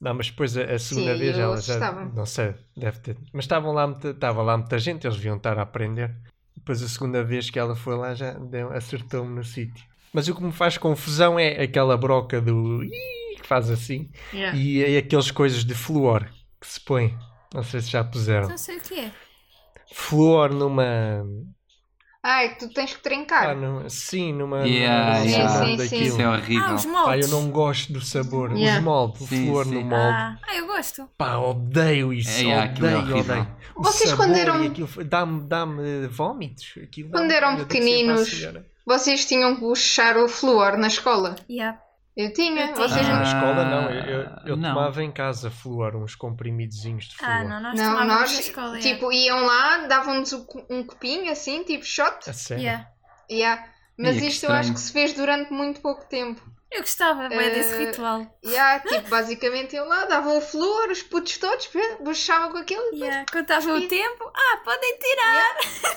[SPEAKER 5] Não, mas depois a, a segunda
[SPEAKER 4] Sim,
[SPEAKER 5] vez
[SPEAKER 4] eu
[SPEAKER 5] ela já.
[SPEAKER 4] assustava-me.
[SPEAKER 5] Não sei, deve ter. Mas estavam lá muita, estava lá muita gente, eles deviam estar a aprender. Depois a segunda vez que ela foi lá já deu- acertou-me no sítio. Mas o que me faz confusão é aquela broca do. "Ih", que faz assim.
[SPEAKER 4] Ah.
[SPEAKER 5] E, e aqueles coisas de flúor que se põe. Não sei se já puseram.
[SPEAKER 2] Não sei o que é.
[SPEAKER 5] Flúor numa.
[SPEAKER 4] Ai, tu tens que
[SPEAKER 5] Ah,
[SPEAKER 4] trincar.
[SPEAKER 5] numa sim, numa.
[SPEAKER 3] Yeah,
[SPEAKER 5] numa
[SPEAKER 4] Sim,
[SPEAKER 3] yeah.
[SPEAKER 4] sim, sim.
[SPEAKER 5] daquilo.
[SPEAKER 3] Isso é horrível.
[SPEAKER 2] Ah, os
[SPEAKER 5] Pá,
[SPEAKER 2] moldes.
[SPEAKER 5] eu não gosto do sabor.
[SPEAKER 4] Yeah.
[SPEAKER 5] Os moldes, o
[SPEAKER 3] Sim,
[SPEAKER 5] flúor
[SPEAKER 3] sim.
[SPEAKER 5] no molde.
[SPEAKER 2] ah, ah, eu gosto.
[SPEAKER 5] Pá, odeio isso.
[SPEAKER 3] É, é, aquilo é
[SPEAKER 5] odeio,
[SPEAKER 3] horrível.
[SPEAKER 5] odeio. O
[SPEAKER 4] Vocês
[SPEAKER 5] sabor
[SPEAKER 4] quando
[SPEAKER 5] e
[SPEAKER 4] eram-
[SPEAKER 5] aquilo foi- Dá-me dá-me vómitos. Aquilo
[SPEAKER 4] Quando
[SPEAKER 5] dá-me-
[SPEAKER 4] eram
[SPEAKER 5] eu disse sempre à
[SPEAKER 4] pequeninos.
[SPEAKER 5] senhora.
[SPEAKER 4] Vocês tinham que puxar o flúor na escola?
[SPEAKER 2] Yeah.
[SPEAKER 4] Eu tinha.
[SPEAKER 2] Eu tinha.
[SPEAKER 4] Vocês
[SPEAKER 5] Na
[SPEAKER 3] Ah,
[SPEAKER 5] escola não, eu, eu, eu
[SPEAKER 3] não.
[SPEAKER 5] tomava em casa flúor, uns comprimidozinhos de flúor.
[SPEAKER 2] Ah, não, nós
[SPEAKER 4] Não,
[SPEAKER 2] tomávamos
[SPEAKER 4] nós
[SPEAKER 2] na escola. yeah.
[SPEAKER 4] tipo, iam lá, davam-nos um co- um copinho assim, tipo shot.
[SPEAKER 5] A sério?
[SPEAKER 2] Yeah.
[SPEAKER 4] Yeah. Mas
[SPEAKER 3] Ia, que
[SPEAKER 4] isto eu acho
[SPEAKER 3] estranho.
[SPEAKER 4] que se fez durante muito pouco tempo.
[SPEAKER 2] Eu gostava bem desse
[SPEAKER 4] Eh,
[SPEAKER 2] ritual.
[SPEAKER 4] Yeah, tipo, basicamente iam lá, davam o flor, os putos todos, pê, buchavam com aquilo.
[SPEAKER 2] Yeah. Contava o tempo. Ah, podem tirar.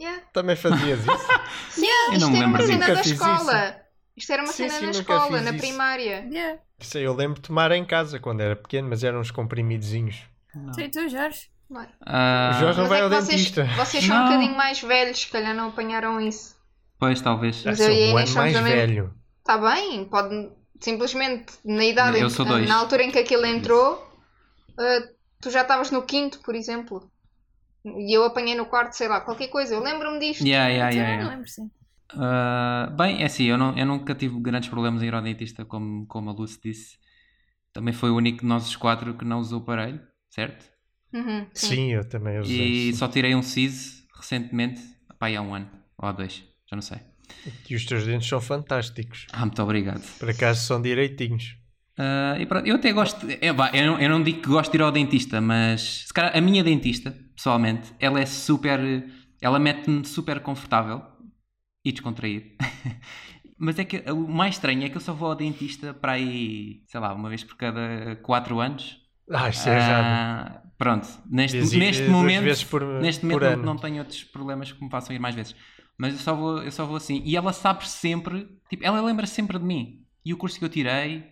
[SPEAKER 4] Yeah.
[SPEAKER 5] Também fazias isso?
[SPEAKER 4] Sim,
[SPEAKER 3] Eu
[SPEAKER 4] isto
[SPEAKER 3] não me
[SPEAKER 4] era uma
[SPEAKER 3] lembro
[SPEAKER 4] cena
[SPEAKER 5] disso.
[SPEAKER 4] da
[SPEAKER 5] Nunca fiz
[SPEAKER 4] escola. Isto era uma cena
[SPEAKER 5] Sim, sim,
[SPEAKER 4] na
[SPEAKER 5] nunca
[SPEAKER 4] escola,
[SPEAKER 5] fiz
[SPEAKER 4] na
[SPEAKER 5] isso.
[SPEAKER 4] primária.
[SPEAKER 2] Yeah.
[SPEAKER 5] Isso aí eu lembro de tomar em casa quando era pequeno, mas eram uns comprimidozinhos.
[SPEAKER 3] Não.
[SPEAKER 2] Sei tu, Jorge.
[SPEAKER 3] Ah,
[SPEAKER 5] O Jorge
[SPEAKER 4] Mas
[SPEAKER 5] não vai
[SPEAKER 4] é
[SPEAKER 5] ao
[SPEAKER 4] que vocês,
[SPEAKER 5] dentista.
[SPEAKER 4] vocês são um
[SPEAKER 3] Não.
[SPEAKER 4] bocadinho mais velhos, se calhar não apanharam isso.
[SPEAKER 3] Pois, talvez.
[SPEAKER 5] Ah,
[SPEAKER 4] Mas
[SPEAKER 5] sou
[SPEAKER 4] eu e a Inês
[SPEAKER 5] um ano
[SPEAKER 4] somos
[SPEAKER 5] mais
[SPEAKER 4] da mesma-
[SPEAKER 5] velho.
[SPEAKER 4] Está Tá bem, pode simplesmente na idade,
[SPEAKER 3] Eu
[SPEAKER 4] em-
[SPEAKER 3] sou dois.
[SPEAKER 4] na altura em que aquilo entrou, ah, tu já estavas no quinto, por exemplo. E eu apanhei no quarto, sei lá, qualquer coisa. Eu lembro-me disto.
[SPEAKER 3] Yeah, yeah,
[SPEAKER 2] Então,
[SPEAKER 3] yeah,
[SPEAKER 2] não
[SPEAKER 3] yeah.
[SPEAKER 2] lembro, sim.
[SPEAKER 3] Ah, bem, é assim, eu, não- eu nunca tive grandes problemas em ir ao dentista, como, como a Lucy disse. Também foi o único de nós os quatro que não usou aparelho, certo?
[SPEAKER 4] Uhum,
[SPEAKER 5] Sim. eu também usei.
[SPEAKER 3] E
[SPEAKER 5] é isso.
[SPEAKER 3] só tirei um CIS recentemente, pá, aí há um ano, ou há dois, já não sei.
[SPEAKER 5] E os teus dentes são fantásticos.
[SPEAKER 3] Ah, muito obrigado.
[SPEAKER 5] Por acaso são direitinhos.
[SPEAKER 3] Ah, e pronto, eu até gosto, é, vá, eu, não, eu não digo que gosto de ir ao dentista, mas se calhar a minha dentista, pessoalmente, ela é super, ela mete-me super confortável e descontraído. mas é que o mais estranho é que eu só vou ao dentista para aí, sei lá, uma vez por cada 4 anos.
[SPEAKER 5] Ah, isso é já.
[SPEAKER 3] Ah, Pronto, neste,
[SPEAKER 5] Diz-
[SPEAKER 3] neste
[SPEAKER 5] duas
[SPEAKER 3] momento,
[SPEAKER 5] vezes por-
[SPEAKER 3] neste
[SPEAKER 5] por
[SPEAKER 3] momento
[SPEAKER 5] ano.
[SPEAKER 3] não, não tenho outros problemas que me façam ir mais vezes. Mas eu só vou, eu só vou assim. E ela sabe sempre, tipo, ela lembra sempre de mim. E o curso que eu tirei.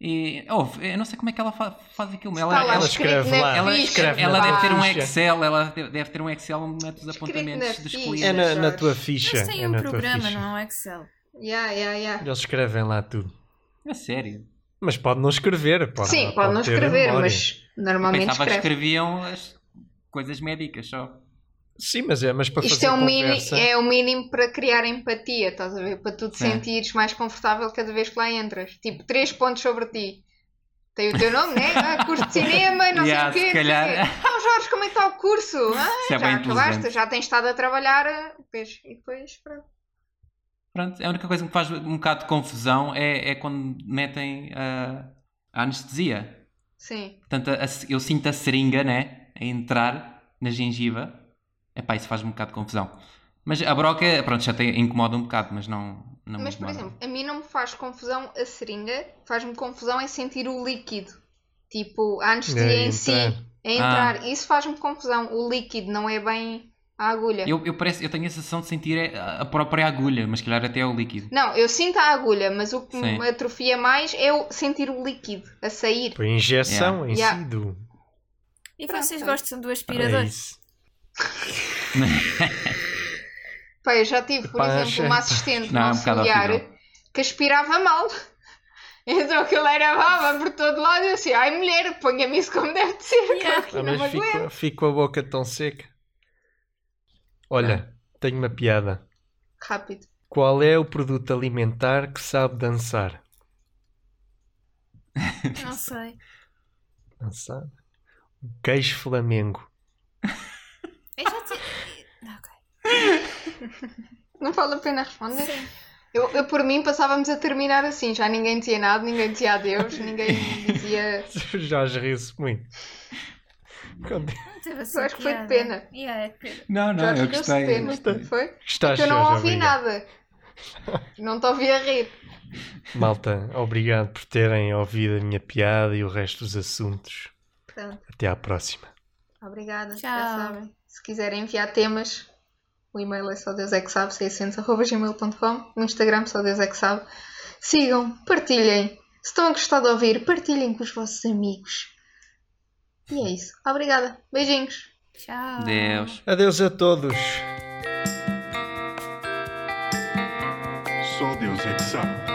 [SPEAKER 3] E, oh, eu não sei como é que ela fa- faz aquilo. Ela,
[SPEAKER 4] Está lá
[SPEAKER 3] ela,
[SPEAKER 5] escrito escreve
[SPEAKER 4] Tá, na
[SPEAKER 5] lá,
[SPEAKER 3] ela-
[SPEAKER 4] ficha,
[SPEAKER 5] escreve
[SPEAKER 3] ela
[SPEAKER 5] na
[SPEAKER 3] deve ter um
[SPEAKER 5] ficha.
[SPEAKER 3] Excel, ela de- deve ter um Excel onde mete os
[SPEAKER 4] Escrito
[SPEAKER 3] apontamentos
[SPEAKER 4] na
[SPEAKER 3] dos
[SPEAKER 4] ficha.
[SPEAKER 5] É
[SPEAKER 3] clientes.
[SPEAKER 5] na, na
[SPEAKER 4] Jorge.
[SPEAKER 5] tua ficha.
[SPEAKER 2] Eles
[SPEAKER 5] é
[SPEAKER 2] têm
[SPEAKER 5] na
[SPEAKER 2] um
[SPEAKER 5] tua
[SPEAKER 2] programa,
[SPEAKER 5] ficha.
[SPEAKER 2] não é um Excel.
[SPEAKER 4] Yeah, yeah, yeah.
[SPEAKER 5] Eles escrevem lá tudo.
[SPEAKER 3] É sério.
[SPEAKER 5] Mas pode não escrever. Pode,
[SPEAKER 4] Sim, pode não
[SPEAKER 5] ter
[SPEAKER 4] escrever,
[SPEAKER 5] memória.
[SPEAKER 4] mas
[SPEAKER 3] Eu
[SPEAKER 4] normalmente
[SPEAKER 3] pensava que
[SPEAKER 4] escreve.
[SPEAKER 3] escreviam as coisas médicas só.
[SPEAKER 5] Sim, mas é mas para
[SPEAKER 4] Isto
[SPEAKER 5] fazer
[SPEAKER 4] é o, mínimo,
[SPEAKER 5] conversa.
[SPEAKER 4] é o mínimo para criar empatia, estás a ver? Para tu te
[SPEAKER 3] É.
[SPEAKER 4] sentires mais confortável cada vez que lá entras. Tipo, três pontos sobre ti. Tem o teu nome, né? Ah, curso de cinema, não
[SPEAKER 3] Yeah,
[SPEAKER 4] sei o quê.
[SPEAKER 3] se
[SPEAKER 4] não sei o
[SPEAKER 3] calhar.
[SPEAKER 4] quê. Ah, Jorge, como é que está o curso? Ah,
[SPEAKER 3] Isso é
[SPEAKER 4] já
[SPEAKER 3] bem
[SPEAKER 4] acabaste,
[SPEAKER 3] inteligente.
[SPEAKER 4] já tens estado a trabalhar. ah, Depois, e depois, pronto.
[SPEAKER 3] Pronto, a única coisa que me faz um bocado de confusão é, é quando metem ah, a anestesia.
[SPEAKER 4] Sim.
[SPEAKER 3] Portanto, a- a- eu sinto a seringa, né? A entrar na gengiva. Epá, isso faz-me um bocado de confusão. Mas a broca, pronto, já tem, incomoda um bocado, mas não, não me
[SPEAKER 4] Mas, por
[SPEAKER 3] incomoda.
[SPEAKER 4] exemplo, a mim não me faz confusão a seringa, faz-me confusão é sentir o líquido. Tipo, a anestesia
[SPEAKER 5] É,
[SPEAKER 4] em si,
[SPEAKER 5] entrar.
[SPEAKER 4] é entrar.
[SPEAKER 3] Ah.
[SPEAKER 4] Isso faz-me confusão. O líquido não é bem a agulha.
[SPEAKER 3] Eu, eu, parece, eu tenho a sensação de sentir a a própria agulha, mas se calhar até é o líquido.
[SPEAKER 4] Não, eu sinto a agulha, mas o que
[SPEAKER 3] Sim.
[SPEAKER 4] me atrofia mais é o sentir o líquido a sair.
[SPEAKER 5] Foi injeção em
[SPEAKER 4] Yeah.
[SPEAKER 5] si do.
[SPEAKER 2] E
[SPEAKER 4] Pronto.
[SPEAKER 2] vocês gostam do aspirador?
[SPEAKER 5] É isso.
[SPEAKER 4] Pá, eu já tive, por
[SPEAKER 5] Pá,
[SPEAKER 4] exemplo,
[SPEAKER 5] achei-
[SPEAKER 4] uma assistente
[SPEAKER 3] Não, é um
[SPEAKER 4] no
[SPEAKER 3] bocado
[SPEAKER 4] auxiliar
[SPEAKER 3] horrível.
[SPEAKER 4] que aspirava mal. Então aquilo era baba por todo lado. Eu assim, ai mulher, ponha-me isso como deve de ser. que eu
[SPEAKER 2] Yeah.
[SPEAKER 4] aqui
[SPEAKER 5] Ah,
[SPEAKER 4] não me
[SPEAKER 5] mas
[SPEAKER 4] aguento.
[SPEAKER 5] fico, fico com a boca tão seca. Olha, tenho uma piada.
[SPEAKER 4] Rápido.
[SPEAKER 5] Qual é o produto alimentar que sabe dançar?
[SPEAKER 2] Não sei.
[SPEAKER 5] Dançar? O queijo flamengo.
[SPEAKER 2] Eu já te... Ok.
[SPEAKER 4] Não vale a pena responder. Eu, eu, por mim, passávamos a terminar assim. Já ninguém dizia nada, ninguém dizia adeus, ninguém dizia.
[SPEAKER 5] O Jorge riu-se muito. Quando-
[SPEAKER 2] Não teve assim
[SPEAKER 4] Eu acho que foi de
[SPEAKER 2] piada.
[SPEAKER 4] pena.
[SPEAKER 2] Yeah, é de pena.
[SPEAKER 3] Não, não,
[SPEAKER 4] Jorge
[SPEAKER 3] eu
[SPEAKER 4] riu-se
[SPEAKER 3] gostei.
[SPEAKER 4] de
[SPEAKER 3] eu
[SPEAKER 4] pena.
[SPEAKER 3] gostei.
[SPEAKER 4] Foi?
[SPEAKER 5] Gostaste,
[SPEAKER 4] eu não
[SPEAKER 5] Jorge?
[SPEAKER 4] ouvi
[SPEAKER 5] Obrigado.
[SPEAKER 4] nada. Não te ouvi a rir.
[SPEAKER 5] Malta, obrigado por terem ouvido a minha piada e o resto dos assuntos.
[SPEAKER 4] Pronto,
[SPEAKER 5] Até à próxima.
[SPEAKER 4] obrigada. Já
[SPEAKER 2] Tchau.
[SPEAKER 4] sabem. Se quiserem enviar temas, o e-mail é só Deus é que sabe, 600.gmail.com. No Instagram, só Deus é que sabe. Sigam, partilhem. Se estão a gostar de ouvir, partilhem com os vossos amigos. E é isso. Obrigada. Beijinhos.
[SPEAKER 2] Tchau.
[SPEAKER 3] Deus.
[SPEAKER 5] Adeus a todos.
[SPEAKER 1] Só Deus é que sabe.